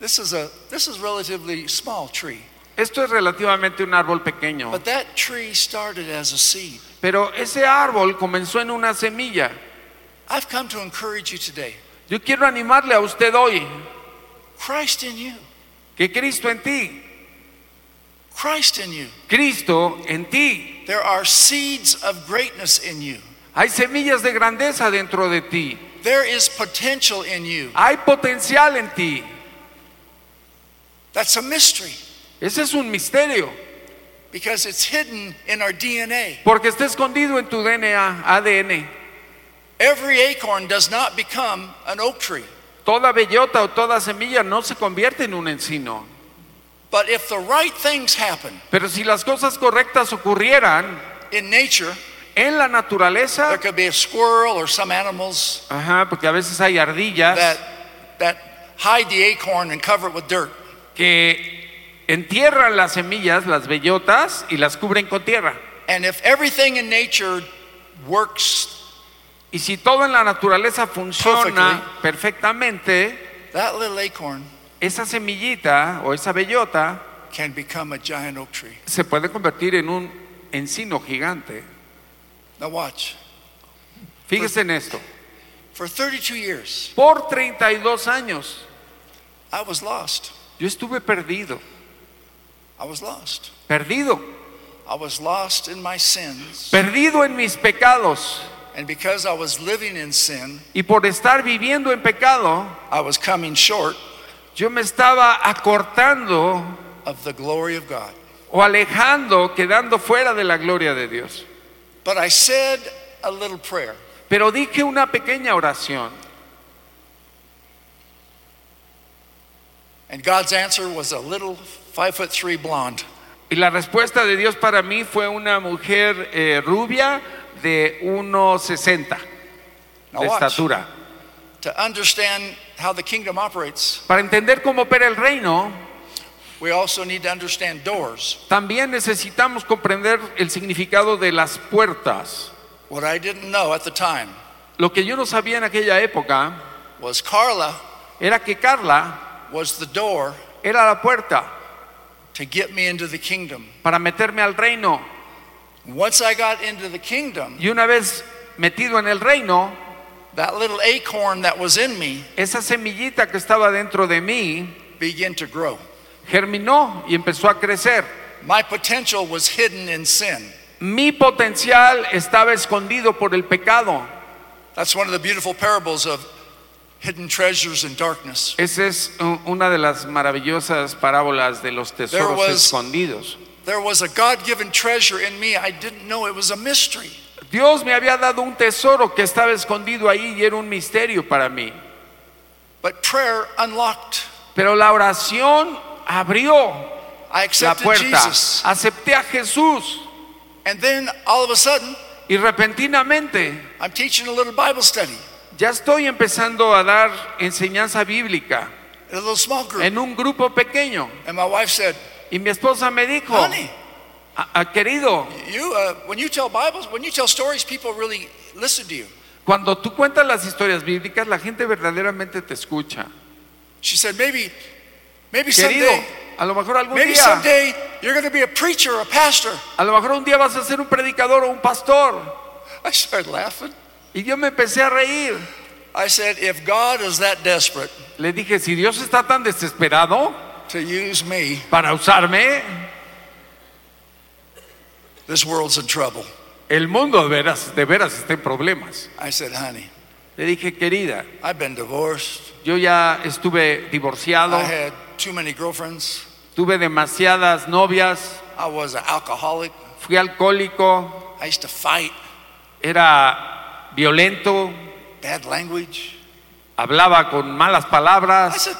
Speaker 1: This is a this is relatively small tree,
Speaker 2: Esto es relativamente un árbol pequeño,
Speaker 1: but that tree started as a seed.
Speaker 2: pero ese árbol comenzó en una semilla.
Speaker 1: I've come to encourage you today.
Speaker 2: Yo quiero animarle a usted hoy
Speaker 1: Christ in you.
Speaker 2: que Cristo en ti,
Speaker 1: Christ in you.
Speaker 2: Cristo en ti,
Speaker 1: There are seeds of greatness in you.
Speaker 2: hay semillas de grandeza dentro de ti,
Speaker 1: There is potential in you.
Speaker 2: hay potencial en ti.
Speaker 1: That's a mystery
Speaker 2: Ese es un misterio,
Speaker 1: because it's hidden in our DNA.
Speaker 2: porque está escondido en tu DNA, ADN.
Speaker 1: Every acorn does not become an oak tree.
Speaker 2: Toda bellota o toda semilla no se convierte en un encino,
Speaker 1: But if the right things happen
Speaker 2: pero si las cosas correctas ocurrieran
Speaker 1: in nature,
Speaker 2: en la
Speaker 1: there
Speaker 2: naturaleza,
Speaker 1: could be a squirrel or some animals
Speaker 2: ajá, porque a veces hay ardillas.
Speaker 1: that that hide the acorn and cover it with dirt.
Speaker 2: que entierran las semillas, las bellotas, y las cubren con tierra.
Speaker 1: And if everything in nature works,
Speaker 2: Y si todo en la naturaleza funciona perfectamente,
Speaker 1: that little acorn
Speaker 2: esa semillita o esa bellota
Speaker 1: can become a giant oak tree.
Speaker 2: se puede convertir en un encino gigante.
Speaker 1: Now watch.
Speaker 2: Fíjese en esto.
Speaker 1: For 32 years,
Speaker 2: Por 32 años
Speaker 1: I was lost.
Speaker 2: yo estuve perdido,
Speaker 1: I was lost.
Speaker 2: perdido,
Speaker 1: I was lost in my sins.
Speaker 2: perdido en mis pecados.
Speaker 1: And because I was living in sin,
Speaker 2: Y por estar viviendo en pecado,
Speaker 1: I was coming short
Speaker 2: yo me estaba acortando
Speaker 1: of the glory of God.
Speaker 2: o alejando, quedando fuera de la gloria de Dios.
Speaker 1: But I said a little prayer.
Speaker 2: Pero dije una pequeña oración
Speaker 1: And God's answer was a little five foot three blonde.
Speaker 2: y la respuesta de Dios para mí fue una mujer eh, rubia de 1,60
Speaker 1: Now
Speaker 2: de
Speaker 1: watch.
Speaker 2: estatura.
Speaker 1: To understand how the kingdom operates,
Speaker 2: Para entender cómo opera el reino,
Speaker 1: we also need to understand doors.
Speaker 2: también necesitamos comprender el significado de las puertas.
Speaker 1: What I didn't know at the time
Speaker 2: Lo que yo no sabía en aquella época
Speaker 1: was Carla
Speaker 2: era que Carla
Speaker 1: was the door
Speaker 2: era la puerta
Speaker 1: to get me into the kingdom.
Speaker 2: para meterme al reino.
Speaker 1: Once I got into the kingdom,
Speaker 2: Y una vez metido en el reino,
Speaker 1: that little acorn that was in me
Speaker 2: esa semillita que estaba dentro de mí
Speaker 1: began to grow.
Speaker 2: germinó y empezó a crecer.
Speaker 1: My potential was hidden in sin.
Speaker 2: Mi potencial estaba escondido por el pecado.
Speaker 1: That's one of the beautiful parables of hidden treasures in darkness.
Speaker 2: Esa es uh, una de las maravillosas parábolas de los tesoros
Speaker 1: was-
Speaker 2: escondidos.
Speaker 1: There was a God given treasure in me. I didn't know it was a mystery.
Speaker 2: Dios me había dado un tesoro que estaba escondido ahí y era un misterio para mí.
Speaker 1: But prayer unlocked.
Speaker 2: Pero la oración abrió
Speaker 1: I
Speaker 2: la
Speaker 1: accepted
Speaker 2: puerta.
Speaker 1: Jesus.
Speaker 2: Acepté a Jesús
Speaker 1: And then all of a sudden,
Speaker 2: y repentinamente
Speaker 1: I'm teaching a little Bible study.
Speaker 2: Ya estoy empezando a dar enseñanza bíblica
Speaker 1: in a little small group.
Speaker 2: en un grupo pequeño.
Speaker 1: And my wife said,
Speaker 2: Y mi esposa me dijo,
Speaker 1: honey,
Speaker 2: "A- a- querido,
Speaker 1: you, uh, when you tell Bibles, when you tell stories, people really listen to you.
Speaker 2: cuando tú cuentas las historias bíblicas, la gente verdaderamente te escucha.
Speaker 1: She said, maybe, maybe
Speaker 2: Querido,
Speaker 1: someday,
Speaker 2: a lo mejor algún
Speaker 1: maybe
Speaker 2: día,
Speaker 1: someday you're going to be a preacher or a pastor.
Speaker 2: a lo mejor un día vas a ser un predicador o un pastor.
Speaker 1: I started laughing.
Speaker 2: Y yo me empecé a reír.
Speaker 1: I said, if God is that desperate
Speaker 2: Le dije, si Dios está tan desesperado
Speaker 1: to use me,
Speaker 2: para usarme,
Speaker 1: this world's in trouble.
Speaker 2: el mundo de veras, de veras está en problemas.
Speaker 1: I said, honey,
Speaker 2: Le dije, querida,
Speaker 1: I've been divorced.
Speaker 2: yo ya estuve divorciado,
Speaker 1: I had too many girlfriends.
Speaker 2: tuve demasiadas novias,
Speaker 1: I was an alcoholic.
Speaker 2: fui alcohólico,
Speaker 1: I used to fight,
Speaker 2: era violento,
Speaker 1: bad language.
Speaker 2: hablaba con malas
Speaker 1: I
Speaker 2: palabras.
Speaker 1: said,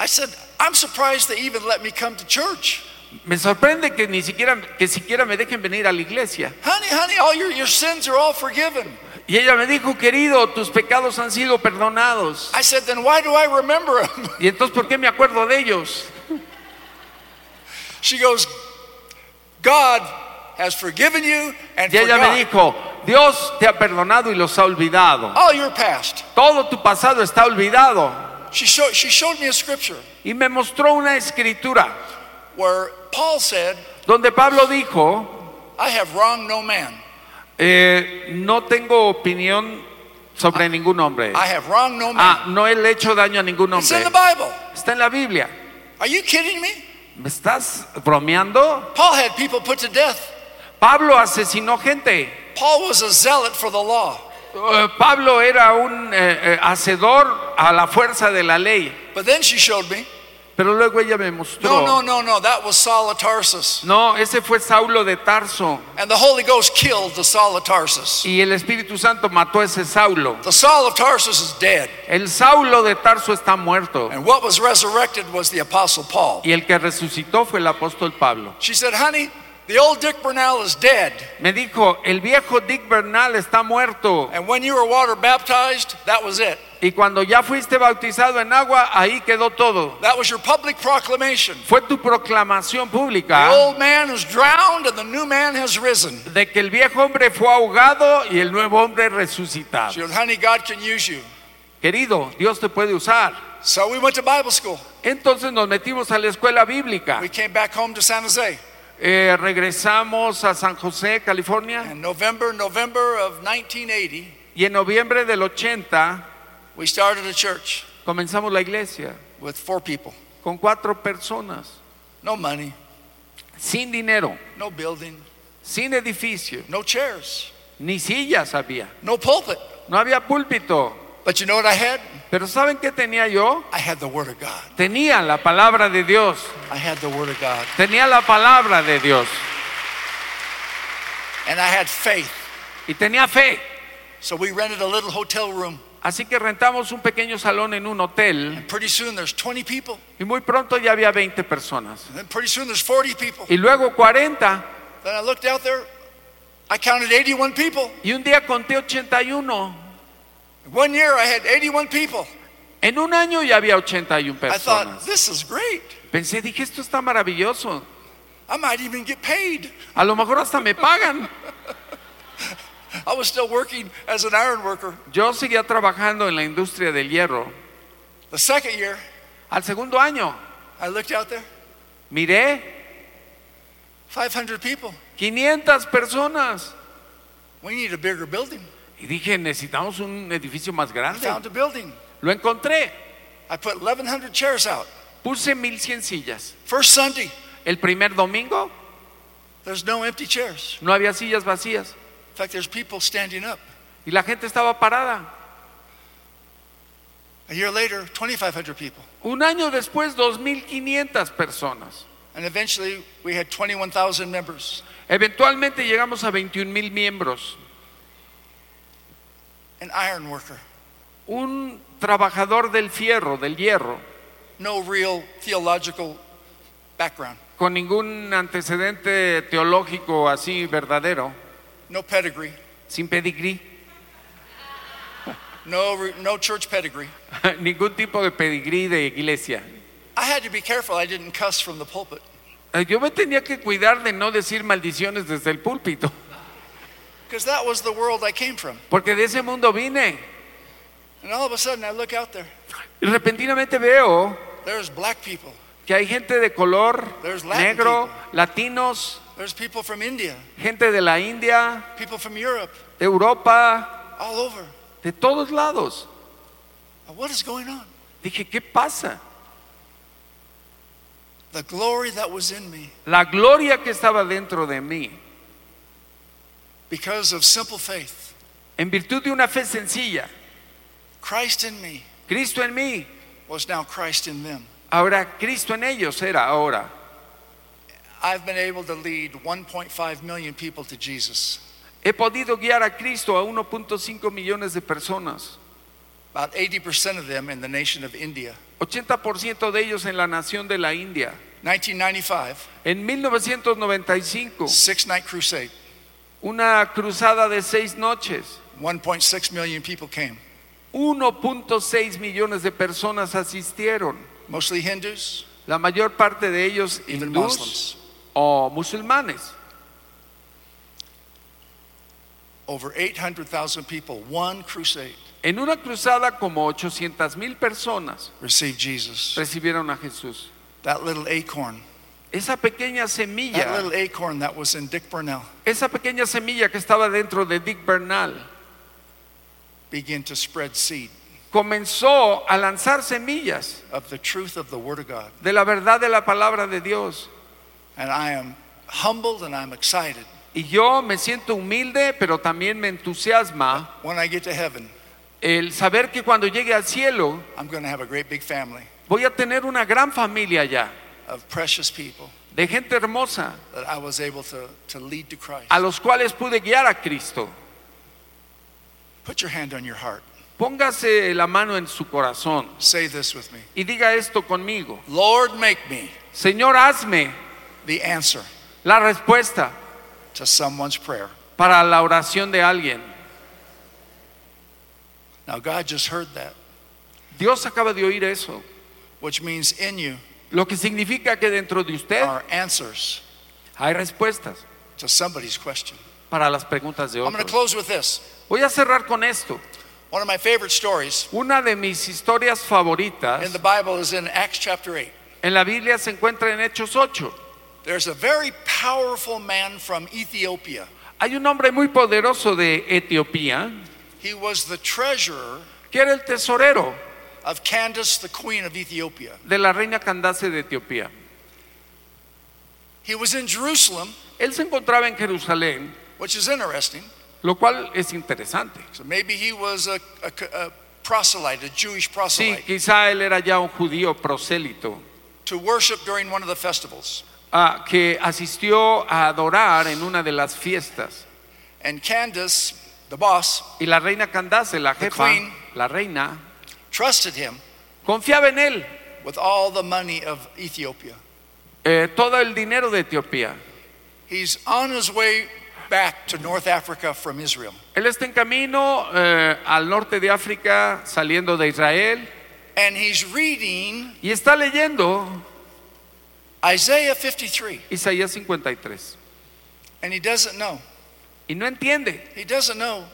Speaker 1: I said, I'm surprised they even let me come to church.
Speaker 2: Me sorprende que ni siquiera, que siquiera me dejen venir a la iglesia.
Speaker 1: Honey, honey, all your, your sins are all forgiven.
Speaker 2: Y ella me dijo, querido, tus pecados han sido perdonados.
Speaker 1: I said, then why do I remember them?
Speaker 2: Y entonces, ¿por qué me acuerdo de ellos?
Speaker 1: She goes, God has forgiven you and
Speaker 2: Y ella me
Speaker 1: forgot
Speaker 2: dijo, Dios te ha perdonado y los ha olvidado.
Speaker 1: all your past.
Speaker 2: Todo tu pasado está olvidado.
Speaker 1: She, show, she showed me a scripture
Speaker 2: Y me mostró una escritura
Speaker 1: where Paul said,
Speaker 2: donde Pablo dijo,
Speaker 1: I have wronged no man.
Speaker 2: eh, no tengo opinión sobre
Speaker 1: Ah.
Speaker 2: ningún hombre.
Speaker 1: I have wronged no man.
Speaker 2: Ah, no he hecho daño a ningún
Speaker 1: it's in
Speaker 2: hombre.
Speaker 1: the Bible.
Speaker 2: Está en la Biblia.
Speaker 1: Are you kidding me?
Speaker 2: ¿Me estás bromeando?
Speaker 1: Paul had people put to death.
Speaker 2: Pablo asesinó gente.
Speaker 1: Paul was a zealot for the law,
Speaker 2: Eh, Pablo era un eh, eh, hacedor a la fuerza de la ley.
Speaker 1: but then she showed me.
Speaker 2: Pero luego ella
Speaker 1: No,
Speaker 2: me
Speaker 1: no,
Speaker 2: mostró.
Speaker 1: no, no. That was Saul of Tarsus,
Speaker 2: No, ese fue Saulo de Tarso.
Speaker 1: and the Holy Ghost killed the Saul of Tarsus.
Speaker 2: Y el Espíritu Santo mató a ese Saulo.
Speaker 1: The Saul of Tarsus is dead,
Speaker 2: El Saulo de Tarso está muerto.
Speaker 1: and what was resurrected was the Apostle Paul.
Speaker 2: Y el que resucitó fue el apóstol Pablo.
Speaker 1: She said, "Honey, the old Dick Bernal is dead,
Speaker 2: Me dijo, el viejo Dick Bernal está muerto.
Speaker 1: and when you were water baptized, that was it.
Speaker 2: Y cuando ya fuiste bautizado en agua, ahí quedó todo.
Speaker 1: That was your public proclamation.
Speaker 2: Fue tu proclamación
Speaker 1: The
Speaker 2: pública
Speaker 1: old man is drowned, and the new man has risen."
Speaker 2: de que el viejo hombre fue ahogado y el nuevo hombre resucitado.
Speaker 1: She goes, honey, God can use you.
Speaker 2: Querido, Dios te puede usar.
Speaker 1: So we went to Bible school.
Speaker 2: Entonces nos metimos a la escuela bíblica.
Speaker 1: We came back home to San Jose.
Speaker 2: Eh, regresamos a San José, California.
Speaker 1: And November, November of 1980,
Speaker 2: Y en noviembre del 80
Speaker 1: we started a church
Speaker 2: comenzamos la iglesia
Speaker 1: with four people.
Speaker 2: con cuatro personas,
Speaker 1: No money,
Speaker 2: sin dinero,
Speaker 1: no building,
Speaker 2: sin edificio,
Speaker 1: no chairs,
Speaker 2: ni sillas había.
Speaker 1: no pulpit.
Speaker 2: No había púlpito.
Speaker 1: But you know what I had?
Speaker 2: Pero ¿saben qué tenía yo?
Speaker 1: I had the Word of God.
Speaker 2: Tenía la palabra de Dios.
Speaker 1: I had the Word of God.
Speaker 2: Tenía la palabra de Dios.
Speaker 1: And I had faith.
Speaker 2: Y tenía fe.
Speaker 1: So we rented a little hotel room.
Speaker 2: Así que rentamos un pequeño salón en un hotel
Speaker 1: Pretty soon there's 20 people.
Speaker 2: y muy pronto ya había 20 personas.
Speaker 1: And then pretty soon there's 40 people.
Speaker 2: Y luego 40.
Speaker 1: Then I looked out there. I counted 81 people.
Speaker 2: Y un día conté 81.
Speaker 1: One year I had 81 people.
Speaker 2: En un año ya había 81
Speaker 1: I thought,
Speaker 2: personas.
Speaker 1: this is great.
Speaker 2: Pensé, dije, esto está maravilloso.
Speaker 1: I might even get paid.
Speaker 2: A lo mejor hasta me pagan.
Speaker 1: I was still working as an iron worker.
Speaker 2: Yo seguía trabajando en la industria del hierro.
Speaker 1: The second year,
Speaker 2: Al segundo año,
Speaker 1: I looked out there,
Speaker 2: miré
Speaker 1: 500 people.
Speaker 2: 500 personas.
Speaker 1: We need a bigger building.
Speaker 2: Y dije, necesitamos un edificio más
Speaker 1: I
Speaker 2: grande.
Speaker 1: found a building.
Speaker 2: Lo encontré.
Speaker 1: I put 1,100 chairs out.
Speaker 2: Puse 1100 sillas.
Speaker 1: First Sunday,
Speaker 2: El primer domingo
Speaker 1: there's no empty chairs.
Speaker 2: no había sillas vacías.
Speaker 1: In fact, there's people standing up.
Speaker 2: Y la gente estaba parada.
Speaker 1: A year later, 2,500 people.
Speaker 2: Un año después, 2500 personas.
Speaker 1: And eventually, we had 21,000 members.
Speaker 2: Eventualmente llegamos a 21 mil miembros.
Speaker 1: An iron worker.
Speaker 2: Un trabajador del fierro, del hierro,
Speaker 1: No real theological background.
Speaker 2: con ningún antecedente teológico así verdadero,
Speaker 1: No pedigree.
Speaker 2: sin pedigrí,
Speaker 1: no, re- no church pedigree.
Speaker 2: ningún tipo de pedigrí de iglesia.
Speaker 1: I had to be careful I didn't cuss from the pulpit.
Speaker 2: Eh, Yo me tenía que cuidar de no decir maldiciones desde el púlpito,
Speaker 1: Because that was the world I came from.
Speaker 2: porque de ese mundo vine.
Speaker 1: And all of a sudden, I look out there.
Speaker 2: Y repentinamente veo
Speaker 1: There's black people.
Speaker 2: que hay gente de color,
Speaker 1: There's Latin
Speaker 2: negro, latinos,
Speaker 1: There's people from India,
Speaker 2: gente de la India,
Speaker 1: people from Europe,
Speaker 2: de Europa,
Speaker 1: all over.
Speaker 2: de todos lados.
Speaker 1: What is going on?
Speaker 2: Dije, ¿qué pasa?
Speaker 1: The glory that was in me
Speaker 2: La gloria que estaba dentro de mí,
Speaker 1: because of simple faith.
Speaker 2: en virtud de una fe sencilla,
Speaker 1: Christ in me
Speaker 2: Cristo en mí,
Speaker 1: was now Christ in them.
Speaker 2: ahora Cristo en ellos era ahora.
Speaker 1: I've been able to lead 1.5 million people to Jesus.
Speaker 2: He podido guiar a Cristo a 1.5 millones de personas.
Speaker 1: About 80% of them in the nation of India.
Speaker 2: 80% de ellos en la nación de la India.
Speaker 1: 1995,
Speaker 2: En 1995,
Speaker 1: six night crusade.
Speaker 2: una cruzada de seis noches,
Speaker 1: 1.6 million people came,
Speaker 2: 1.6 millones de personas asistieron.
Speaker 1: mostly Hindus,
Speaker 2: La mayor parte de ellos
Speaker 1: even
Speaker 2: hindúes
Speaker 1: Muslims.
Speaker 2: o musulmanes.
Speaker 1: Over 800,000 people, one crusade,
Speaker 2: En una cruzada como 800 mil personas
Speaker 1: received Jesus.
Speaker 2: recibieron a Jesús.
Speaker 1: That little acorn,
Speaker 2: Esa pequeña
Speaker 1: that
Speaker 2: semilla,
Speaker 1: little acorn that was in Dick Burnell
Speaker 2: esa pequeña semilla que estaba dentro de Dick Bernal,
Speaker 1: began to spread seed
Speaker 2: comenzó a lanzar semillas
Speaker 1: of the truth of the Word of God.
Speaker 2: de la verdad de la palabra de Dios.
Speaker 1: And I am humbled and I'm excited
Speaker 2: Y yo me siento humilde, pero también me entusiasma
Speaker 1: when I get to heaven.
Speaker 2: el saber que cuando llegue al cielo
Speaker 1: I'm going to have a great big family
Speaker 2: voy a tener una gran familia ya,
Speaker 1: of precious people
Speaker 2: de gente hermosa,
Speaker 1: that I was able to, to lead to Christ.
Speaker 2: a los cuales pude guiar a Cristo.
Speaker 1: Put your hand on your heart.
Speaker 2: Póngase la mano en su corazón
Speaker 1: Say this with me
Speaker 2: y diga esto conmigo.
Speaker 1: Lord, make me
Speaker 2: Señor, hazme
Speaker 1: the answer
Speaker 2: la respuesta
Speaker 1: to someone's prayer.
Speaker 2: para la oración de alguien.
Speaker 1: Now, God just heard that,
Speaker 2: Dios acaba de oír eso,
Speaker 1: which means in you
Speaker 2: lo que significa que dentro de usted
Speaker 1: are answers
Speaker 2: hay respuestas
Speaker 1: to somebody's question.
Speaker 2: para las preguntas de
Speaker 1: I'm going to
Speaker 2: otros.
Speaker 1: close with this.
Speaker 2: Voy a cerrar con esto.
Speaker 1: One of my favorite stories
Speaker 2: Una de mis historias
Speaker 1: in
Speaker 2: favoritas
Speaker 1: the Bible is in Acts chapter 8.
Speaker 2: en la Biblia se encuentra en Hechos 8.
Speaker 1: There's a very powerful man from Ethiopia.
Speaker 2: Hay un hombre muy poderoso de Etiopía
Speaker 1: He was the treasurer
Speaker 2: que era el tesorero
Speaker 1: of Candace, the queen of Ethiopia.
Speaker 2: de la reina Candace de Etiopía.
Speaker 1: He was in Jerusalem,
Speaker 2: Él se encontraba en Jerusalén,
Speaker 1: which is interesting.
Speaker 2: lo cual es interesante.
Speaker 1: So maybe he was a, a, a proselyte, a Jewish
Speaker 2: Sí,
Speaker 1: proselyte,
Speaker 2: quizá él era ya un judío prosélito
Speaker 1: to worship during one of the festivals.
Speaker 2: ah, que asistió a adorar en una de las fiestas.
Speaker 1: And Candace, the boss,
Speaker 2: Y la reina Candace, la
Speaker 1: The
Speaker 2: jefa,
Speaker 1: queen.
Speaker 2: la reina,
Speaker 1: trusted him
Speaker 2: confiaba en él
Speaker 1: with all the money of Ethiopia.
Speaker 2: eh, todo el dinero de Etiopía.
Speaker 1: He's on his way back to North Africa from Israel.
Speaker 2: Él está en camino eh, al norte de África, saliendo de Israel,
Speaker 1: And he's reading
Speaker 2: y está leyendo
Speaker 1: Isaiah 53.
Speaker 2: Isaías 53.
Speaker 1: And he doesn't know.
Speaker 2: Y no entiende.
Speaker 1: He doesn't know.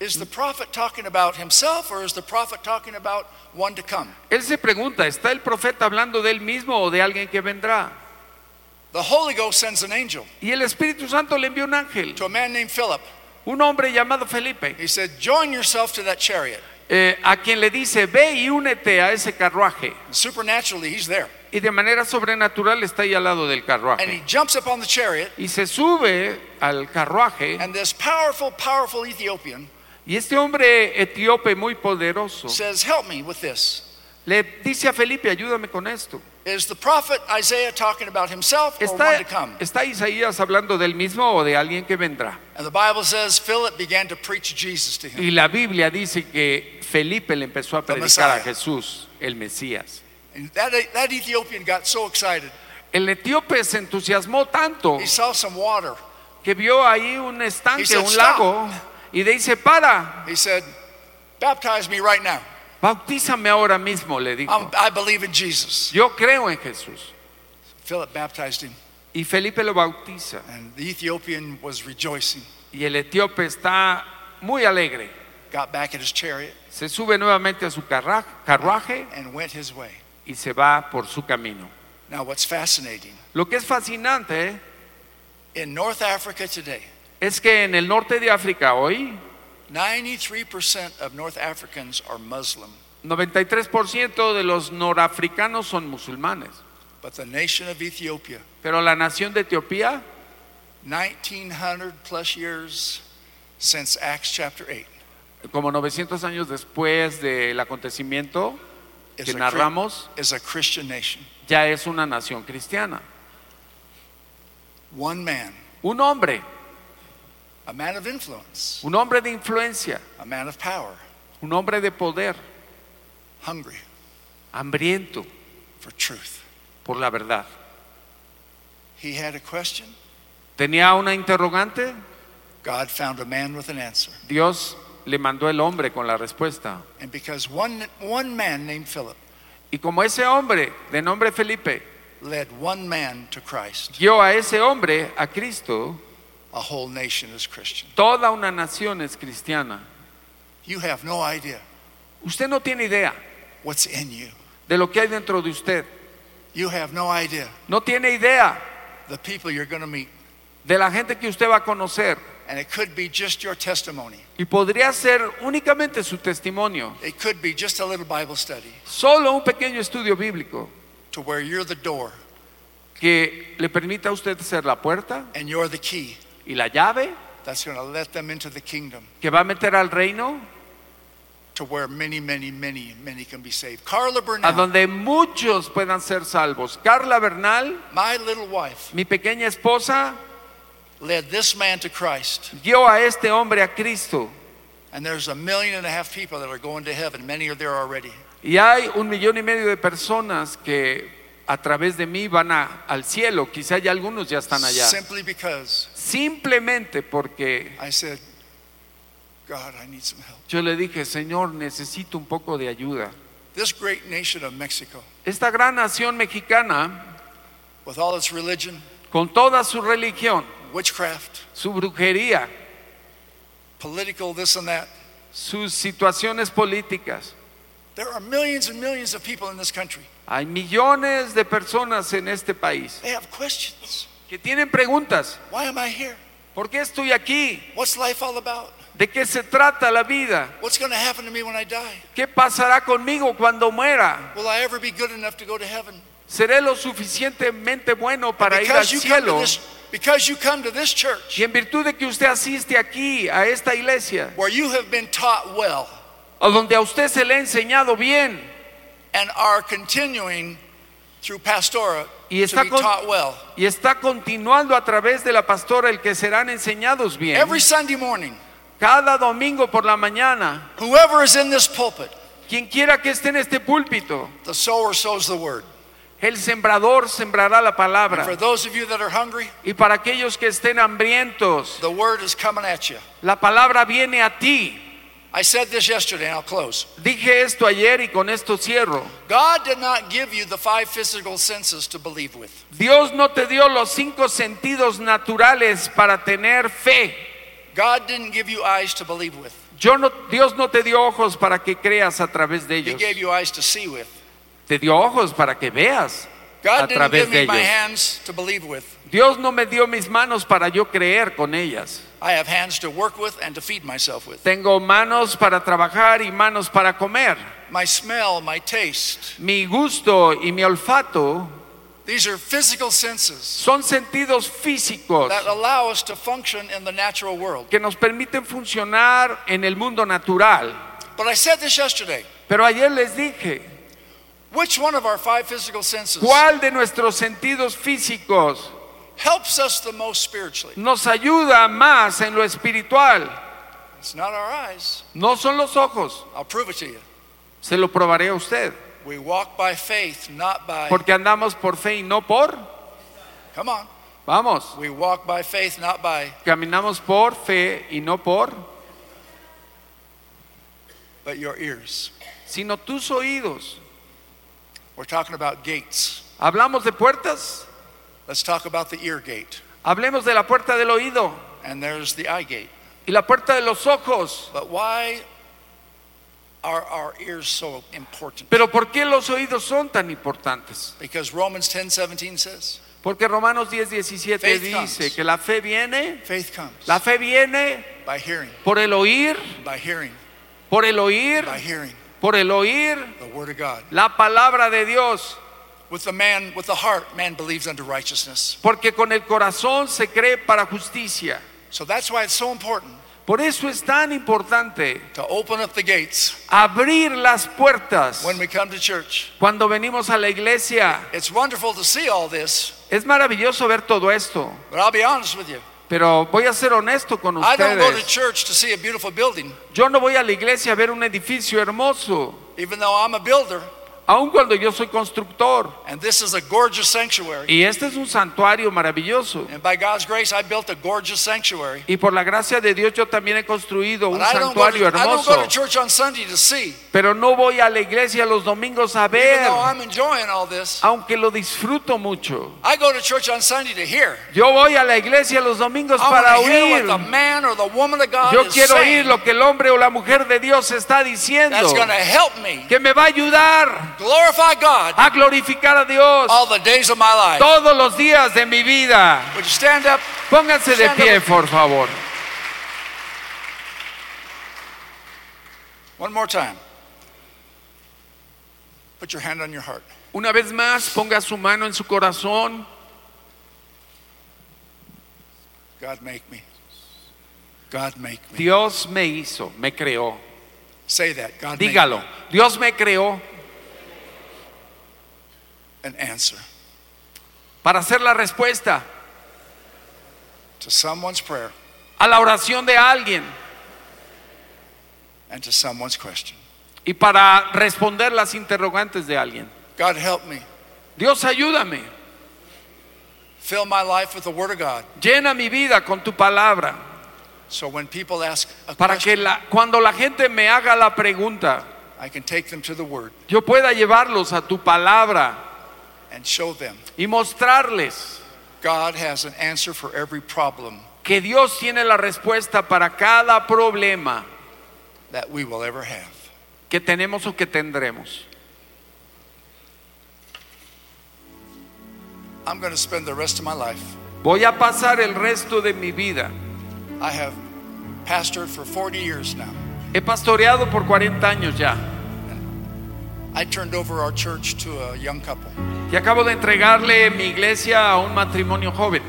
Speaker 1: Is the prophet talking about himself or is the prophet talking about one to come?
Speaker 2: Él se pregunta, ¿está el profeta hablando de él mismo o de alguien que vendrá?
Speaker 1: The Holy Ghost sends an angel
Speaker 2: Y el Espíritu Santo le envió un ángel,
Speaker 1: to a man named Philip.
Speaker 2: un hombre llamado Felipe,
Speaker 1: He said, Join yourself to that chariot.
Speaker 2: eh, a quien le dice, ve y únete a ese carruaje.
Speaker 1: And supernaturally, he's there.
Speaker 2: Y de manera sobrenatural está ahí al lado del
Speaker 1: And
Speaker 2: carruaje.
Speaker 1: he jumps up on the chariot.
Speaker 2: Y se sube al carruaje
Speaker 1: And this powerful, powerful Ethiopian
Speaker 2: y este hombre etíope muy poderoso
Speaker 1: says, Help me with this.
Speaker 2: le dice a Felipe, ayúdame con esto.
Speaker 1: Is the prophet Isaiah talking about himself or one
Speaker 2: ¿Está,
Speaker 1: to come?
Speaker 2: ¿Está Isaías hablando del mismo o de alguien que vendrá?
Speaker 1: And the Bible says Philip began to preach Jesus to him.
Speaker 2: Y la Biblia dice que Felipe le empezó a
Speaker 1: The
Speaker 2: predicar a
Speaker 1: Messiah.
Speaker 2: Jesús, el Mesías.
Speaker 1: And that, that Ethiopian got so excited.
Speaker 2: El etíope se entusiasmó tanto
Speaker 1: He saw some water.
Speaker 2: que vio ahí un estanque,
Speaker 1: He said,
Speaker 2: un lago, y le dice, para,
Speaker 1: He said, Baptize me right now.
Speaker 2: Bautízame ahora mismo, le
Speaker 1: I'm,
Speaker 2: dijo.
Speaker 1: I believe in Jesus.
Speaker 2: Yo creo en Jesús.
Speaker 1: Philip baptized him,
Speaker 2: Y Felipe lo bautiza.
Speaker 1: and the Ethiopian was rejoicing.
Speaker 2: Y el etíope está muy alegre.
Speaker 1: Got back in his chariot
Speaker 2: Se sube nuevamente a su carra- carruaje
Speaker 1: and went his way.
Speaker 2: y se va por su camino.
Speaker 1: Now, what's fascinating
Speaker 2: Lo que es fascinante ¿eh?
Speaker 1: in North Africa today,
Speaker 2: es que en el norte de África hoy,
Speaker 1: 93% of North Africans are Muslim,
Speaker 2: 93% de los norafricanos son musulmanes.
Speaker 1: but the nation of Ethiopia,
Speaker 2: Pero la nación de Etiopía,
Speaker 1: 1900 plus years since Acts chapter 8,
Speaker 2: como 900 años después del acontecimiento
Speaker 1: is
Speaker 2: que
Speaker 1: a, Chri-
Speaker 2: narramos,
Speaker 1: is a Christian nation.
Speaker 2: ya es una nación cristiana.
Speaker 1: One man,
Speaker 2: Un hombre,
Speaker 1: a man of influence,
Speaker 2: un hombre de influencia,
Speaker 1: a man of power,
Speaker 2: un hombre de poder,
Speaker 1: hungry
Speaker 2: hambriento
Speaker 1: for truth.
Speaker 2: por la verdad.
Speaker 1: He had a question.
Speaker 2: Tenía una interrogante,
Speaker 1: God found a man with an answer.
Speaker 2: Dios le mandó el hombre con la respuesta.
Speaker 1: And because one, one man named Philip
Speaker 2: Y como ese hombre, de nombre Felipe,
Speaker 1: led one man to Christ,
Speaker 2: guió a ese hombre a Cristo,
Speaker 1: a whole nation is Christian.
Speaker 2: toda una nación es cristiana.
Speaker 1: You have no idea
Speaker 2: Usted no tiene idea
Speaker 1: what's in you.
Speaker 2: de lo que hay dentro de usted.
Speaker 1: You have no idea
Speaker 2: No tiene idea
Speaker 1: the people you're going to meet.
Speaker 2: de la gente que usted va a conocer.
Speaker 1: And it could be just your testimony.
Speaker 2: Y podría ser únicamente su testimonio,
Speaker 1: It could be just a little Bible study
Speaker 2: solo un pequeño estudio bíblico
Speaker 1: to where you're the door
Speaker 2: que le permita a usted ser la puerta
Speaker 1: and you're the key
Speaker 2: y la llave
Speaker 1: that's going to let them into the kingdom
Speaker 2: que va a meter al reino,
Speaker 1: to where many, many, many, many can be saved. Carla
Speaker 2: a
Speaker 1: Burnell,
Speaker 2: donde muchos puedan ser salvos. Carla Bernal,
Speaker 1: my little wife,
Speaker 2: mi pequeña esposa,
Speaker 1: led this man to Christ.
Speaker 2: guió a este hombre a Cristo.
Speaker 1: And there's a million and a half people that are going to heaven. Many are there already.
Speaker 2: Y hay un millón y medio de personas que a través de mí van a- al cielo. Quizá ya algunos ya están allá.
Speaker 1: Simply because
Speaker 2: Simplemente porque
Speaker 1: I said, God, I need some help.
Speaker 2: yo le dije, Señor, necesito un poco de ayuda.
Speaker 1: This great nation of Mexico,
Speaker 2: Esta gran nación mexicana,
Speaker 1: with all its religion,
Speaker 2: con toda su religión,
Speaker 1: witchcraft,
Speaker 2: su brujería,
Speaker 1: political this and that,
Speaker 2: sus situaciones políticas,
Speaker 1: there are millions and millions of people in this country.
Speaker 2: hay millones de personas en este país
Speaker 1: They have questions.
Speaker 2: que tienen preguntas.
Speaker 1: Why am I here?
Speaker 2: ¿Por qué estoy aquí?
Speaker 1: What's life all about?
Speaker 2: ¿De qué se trata la vida?
Speaker 1: What's going to happen to me when I die?
Speaker 2: ¿Qué pasará conmigo cuando muera?
Speaker 1: Will I ever be good enough to go to heaven?
Speaker 2: Seré lo suficientemente bueno para ir al
Speaker 1: Because you, come to
Speaker 2: cielo.
Speaker 1: this, because you come to this church
Speaker 2: Y en virtud de que usted asiste aquí a esta iglesia,
Speaker 1: where you have been taught well
Speaker 2: a donde a usted se le ha enseñado bien
Speaker 1: and are continuing through pastorate
Speaker 2: Y
Speaker 1: to
Speaker 2: está
Speaker 1: be
Speaker 2: con-
Speaker 1: taught well.
Speaker 2: y está continuando a través de la pastora el que serán enseñados bien,
Speaker 1: Every Sunday morning,
Speaker 2: cada domingo por la mañana,
Speaker 1: whoever is in this pulpit,
Speaker 2: quien quiera que esté en este púlpito,
Speaker 1: the sower sows the word.
Speaker 2: el sembrador sembrará la
Speaker 1: And for
Speaker 2: palabra.
Speaker 1: those of you that are hungry,
Speaker 2: Y para aquellos que estén hambrientos,
Speaker 1: the word is coming at you.
Speaker 2: la palabra viene a ti.
Speaker 1: I said this yesterday, and I'll close.
Speaker 2: Dije esto ayer y con esto cierro.
Speaker 1: God did not give you the five physical senses to believe with.
Speaker 2: Dios no te dio los cinco sentidos naturales para tener fe.
Speaker 1: God didn't give you eyes to believe with.
Speaker 2: Yo no, Dios no te dio ojos para que creas a través de
Speaker 1: He
Speaker 2: ellos.
Speaker 1: gave you eyes to see with.
Speaker 2: Te dio ojos para que veas.
Speaker 1: God
Speaker 2: A
Speaker 1: didn't
Speaker 2: través
Speaker 1: give me
Speaker 2: de
Speaker 1: my
Speaker 2: ellos.
Speaker 1: hands to believe with.
Speaker 2: Dios no me dio mis manos para yo creer con ellas.
Speaker 1: I have hands to work with and to feed myself with.
Speaker 2: Tengo manos para trabajar y manos para comer.
Speaker 1: My smell, my taste.
Speaker 2: Mi gusto y mi olfato
Speaker 1: These are physical senses
Speaker 2: son sentidos físicos
Speaker 1: that allow us to function in the natural world.
Speaker 2: que nos permiten funcionar en el mundo natural.
Speaker 1: But I said this yesterday.
Speaker 2: Pero ayer les dije,
Speaker 1: Which one of our five physical senses
Speaker 2: ¿cuál de nuestros sentidos físicos
Speaker 1: helps us the most spiritually?
Speaker 2: nos ayuda más en lo espiritual.
Speaker 1: It's not our eyes.
Speaker 2: No son los ojos,
Speaker 1: I'll prove it to you.
Speaker 2: se lo probaré a usted.
Speaker 1: We walk by faith, not by.
Speaker 2: Porque andamos por fe y no por.
Speaker 1: Come on.
Speaker 2: Vamos,
Speaker 1: We walk by faith, not by.
Speaker 2: caminamos por fe y no por.
Speaker 1: but your ears.
Speaker 2: sino tus oídos.
Speaker 1: We're talking about gates.
Speaker 2: Hablamos de puertas,
Speaker 1: Let's talk about the ear gate.
Speaker 2: hablemos de la puerta del oído
Speaker 1: And there's the eye gate.
Speaker 2: y la puerta de los ojos.
Speaker 1: But why are our ears so important?
Speaker 2: Pero ¿por qué los oídos son tan importantes?
Speaker 1: Because Romans 10 17 says,
Speaker 2: Porque Romanos 10, 17
Speaker 1: Faith
Speaker 2: dice
Speaker 1: comes.
Speaker 2: que la fe viene,
Speaker 1: faith comes
Speaker 2: la fe viene
Speaker 1: by hearing,
Speaker 2: por el oír,
Speaker 1: by hearing,
Speaker 2: por el oír,
Speaker 1: by hearing
Speaker 2: por el oír
Speaker 1: the word of God.
Speaker 2: la palabra de Dios.
Speaker 1: With the man, with the heart, man believes unto righteousness.
Speaker 2: Porque con el corazón se cree para justicia.
Speaker 1: So that's why it's so important
Speaker 2: Por eso es tan importante
Speaker 1: to open up the gates
Speaker 2: abrir las puertas
Speaker 1: when we come to church.
Speaker 2: cuando venimos a la iglesia.
Speaker 1: It's wonderful to see all this,
Speaker 2: Es maravilloso ver todo esto,
Speaker 1: but I'll be honest with you.
Speaker 2: pero voy a ser honesto con
Speaker 1: I don't go to
Speaker 2: ustedes.
Speaker 1: church to see a beautiful building,
Speaker 2: Yo no voy a la iglesia a ver un edificio hermoso,
Speaker 1: even though I'm a builder
Speaker 2: aun cuando yo soy constructor.
Speaker 1: and this is a gorgeous sanctuary.
Speaker 2: Y este es un santuario maravilloso.
Speaker 1: And by God's grace, I built a gorgeous sanctuary.
Speaker 2: Y por la gracia de Dios yo también he construido
Speaker 1: But
Speaker 2: un
Speaker 1: I don't, go
Speaker 2: santuario
Speaker 1: to, I don't go
Speaker 2: hermoso.
Speaker 1: to church on Sunday to see.
Speaker 2: Pero no voy a la iglesia los domingos a
Speaker 1: Even
Speaker 2: ver,
Speaker 1: though I'm enjoying all this,
Speaker 2: aunque lo disfruto mucho.
Speaker 1: I go to church on Sunday to hear.
Speaker 2: Yo voy a la iglesia los domingos
Speaker 1: I
Speaker 2: para
Speaker 1: want to hear
Speaker 2: oír.
Speaker 1: what the man or the woman of God
Speaker 2: Yo
Speaker 1: is
Speaker 2: quiero oír
Speaker 1: saying.
Speaker 2: lo que el hombre o la mujer de Dios está diciendo,
Speaker 1: That's going to help me
Speaker 2: que me va a ayudar
Speaker 1: glorify God
Speaker 2: a glorificar a Dios
Speaker 1: all the days of my life.
Speaker 2: todos los días de mi vida.
Speaker 1: Would you stand up?
Speaker 2: Pónganse de
Speaker 1: Stand
Speaker 2: pie,
Speaker 1: up.
Speaker 2: por favor.
Speaker 1: One more time. Put your hand on your heart.
Speaker 2: Una vez más, ponga su mano en su corazón.
Speaker 1: God, make me. God, make me.
Speaker 2: Dios me hizo, me creó.
Speaker 1: Say that. God, make me.
Speaker 2: Dígalo. Dios me creó
Speaker 1: An answer
Speaker 2: para hacer la respuesta
Speaker 1: to someone's prayer
Speaker 2: a la oración de alguien
Speaker 1: and to someone's question.
Speaker 2: y para responder las interrogantes de alguien.
Speaker 1: God, help me.
Speaker 2: Dios, ayúdame.
Speaker 1: Fill my life with the Word of God.
Speaker 2: Llena mi vida con tu palabra.
Speaker 1: So when people ask a
Speaker 2: para
Speaker 1: question,
Speaker 2: que la- cuando la gente me haga la pregunta,
Speaker 1: I can take them to the Word
Speaker 2: yo pueda llevarlos a tu palabra
Speaker 1: and show them
Speaker 2: y mostrarles
Speaker 1: God has an answer for every problem
Speaker 2: que Dios tiene la respuesta para cada problema
Speaker 1: that we will ever have.
Speaker 2: que tenemos o que tendremos.
Speaker 1: I'm going to spend the rest of my life.
Speaker 2: Voy a pasar el resto de mi vida.
Speaker 1: I have pastored for 40 years now.
Speaker 2: He pastoreado por 40 años ya
Speaker 1: I turned over our church to a young couple,
Speaker 2: y acabo de entregarle mi iglesia a un matrimonio joven.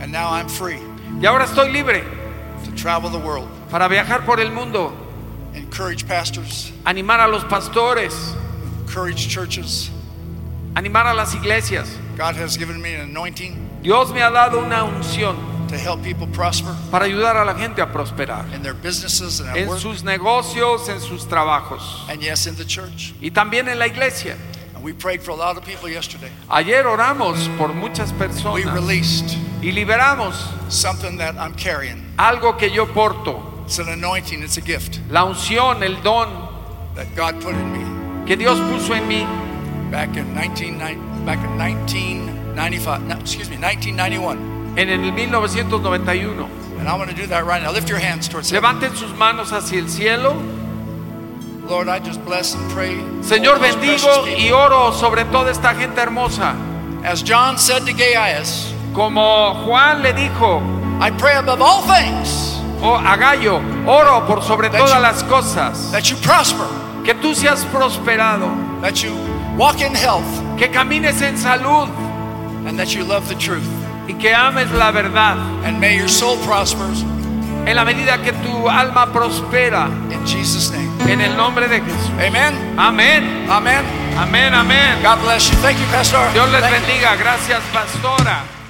Speaker 1: and now I'm free
Speaker 2: Y ahora estoy libre
Speaker 1: to travel the world,
Speaker 2: para viajar por el mundo,
Speaker 1: encourage pastors,
Speaker 2: animar a los pastores,
Speaker 1: encourage churches.
Speaker 2: animar a las iglesias.
Speaker 1: God has given me an anointing
Speaker 2: Dios me ha dado una unción
Speaker 1: to help people prosper
Speaker 2: para ayudar a la gente a prosperar
Speaker 1: in their businesses and at
Speaker 2: en
Speaker 1: work,
Speaker 2: sus negocios, en sus trabajos
Speaker 1: and yes, in the church.
Speaker 2: y también en la iglesia.
Speaker 1: And we prayed for a lot of people yesterday.
Speaker 2: Ayer oramos por muchas
Speaker 1: We
Speaker 2: personas
Speaker 1: released
Speaker 2: y liberamos
Speaker 1: something that I'm carrying.
Speaker 2: algo que yo porto,
Speaker 1: It's an anointing, it's a gift
Speaker 2: la unción, el don
Speaker 1: that God put in me
Speaker 2: que Dios puso en mí
Speaker 1: back in 19 back in 1995, no, excuse me, 1991.
Speaker 2: en el 1991.
Speaker 1: And I want to do that right now. Lift your hands towards heaven.
Speaker 2: Levanten sus manos hacia el cielo.
Speaker 1: Lord, I just bless and pray. for
Speaker 2: Señor,
Speaker 1: those
Speaker 2: bendigo
Speaker 1: Oh, precious
Speaker 2: y
Speaker 1: people.
Speaker 2: oro sobre toda esta gente hermosa.
Speaker 1: As John said to Gaius,
Speaker 2: Como Juan le dijo
Speaker 1: I pray above all things
Speaker 2: oh, a Gallo, oro por sobre
Speaker 1: That you-
Speaker 2: todas las cosas.
Speaker 1: that you prosper,
Speaker 2: Que tú seas prosperado.
Speaker 1: that you walk in health,
Speaker 2: que camines en salud
Speaker 1: and that you love the truth.
Speaker 2: y que ames la verdad
Speaker 1: And may your soul prosper
Speaker 2: en la medida que tu alma prospera
Speaker 1: in Jesus' name.
Speaker 2: en el nombre de Jesús.
Speaker 1: Amen.
Speaker 2: Amén,
Speaker 1: Amen.
Speaker 2: amén, amén.
Speaker 1: God bless you. Thank you, Pastor.
Speaker 2: Dios les
Speaker 1: Thank you.
Speaker 2: bendiga. Gracias, pastora.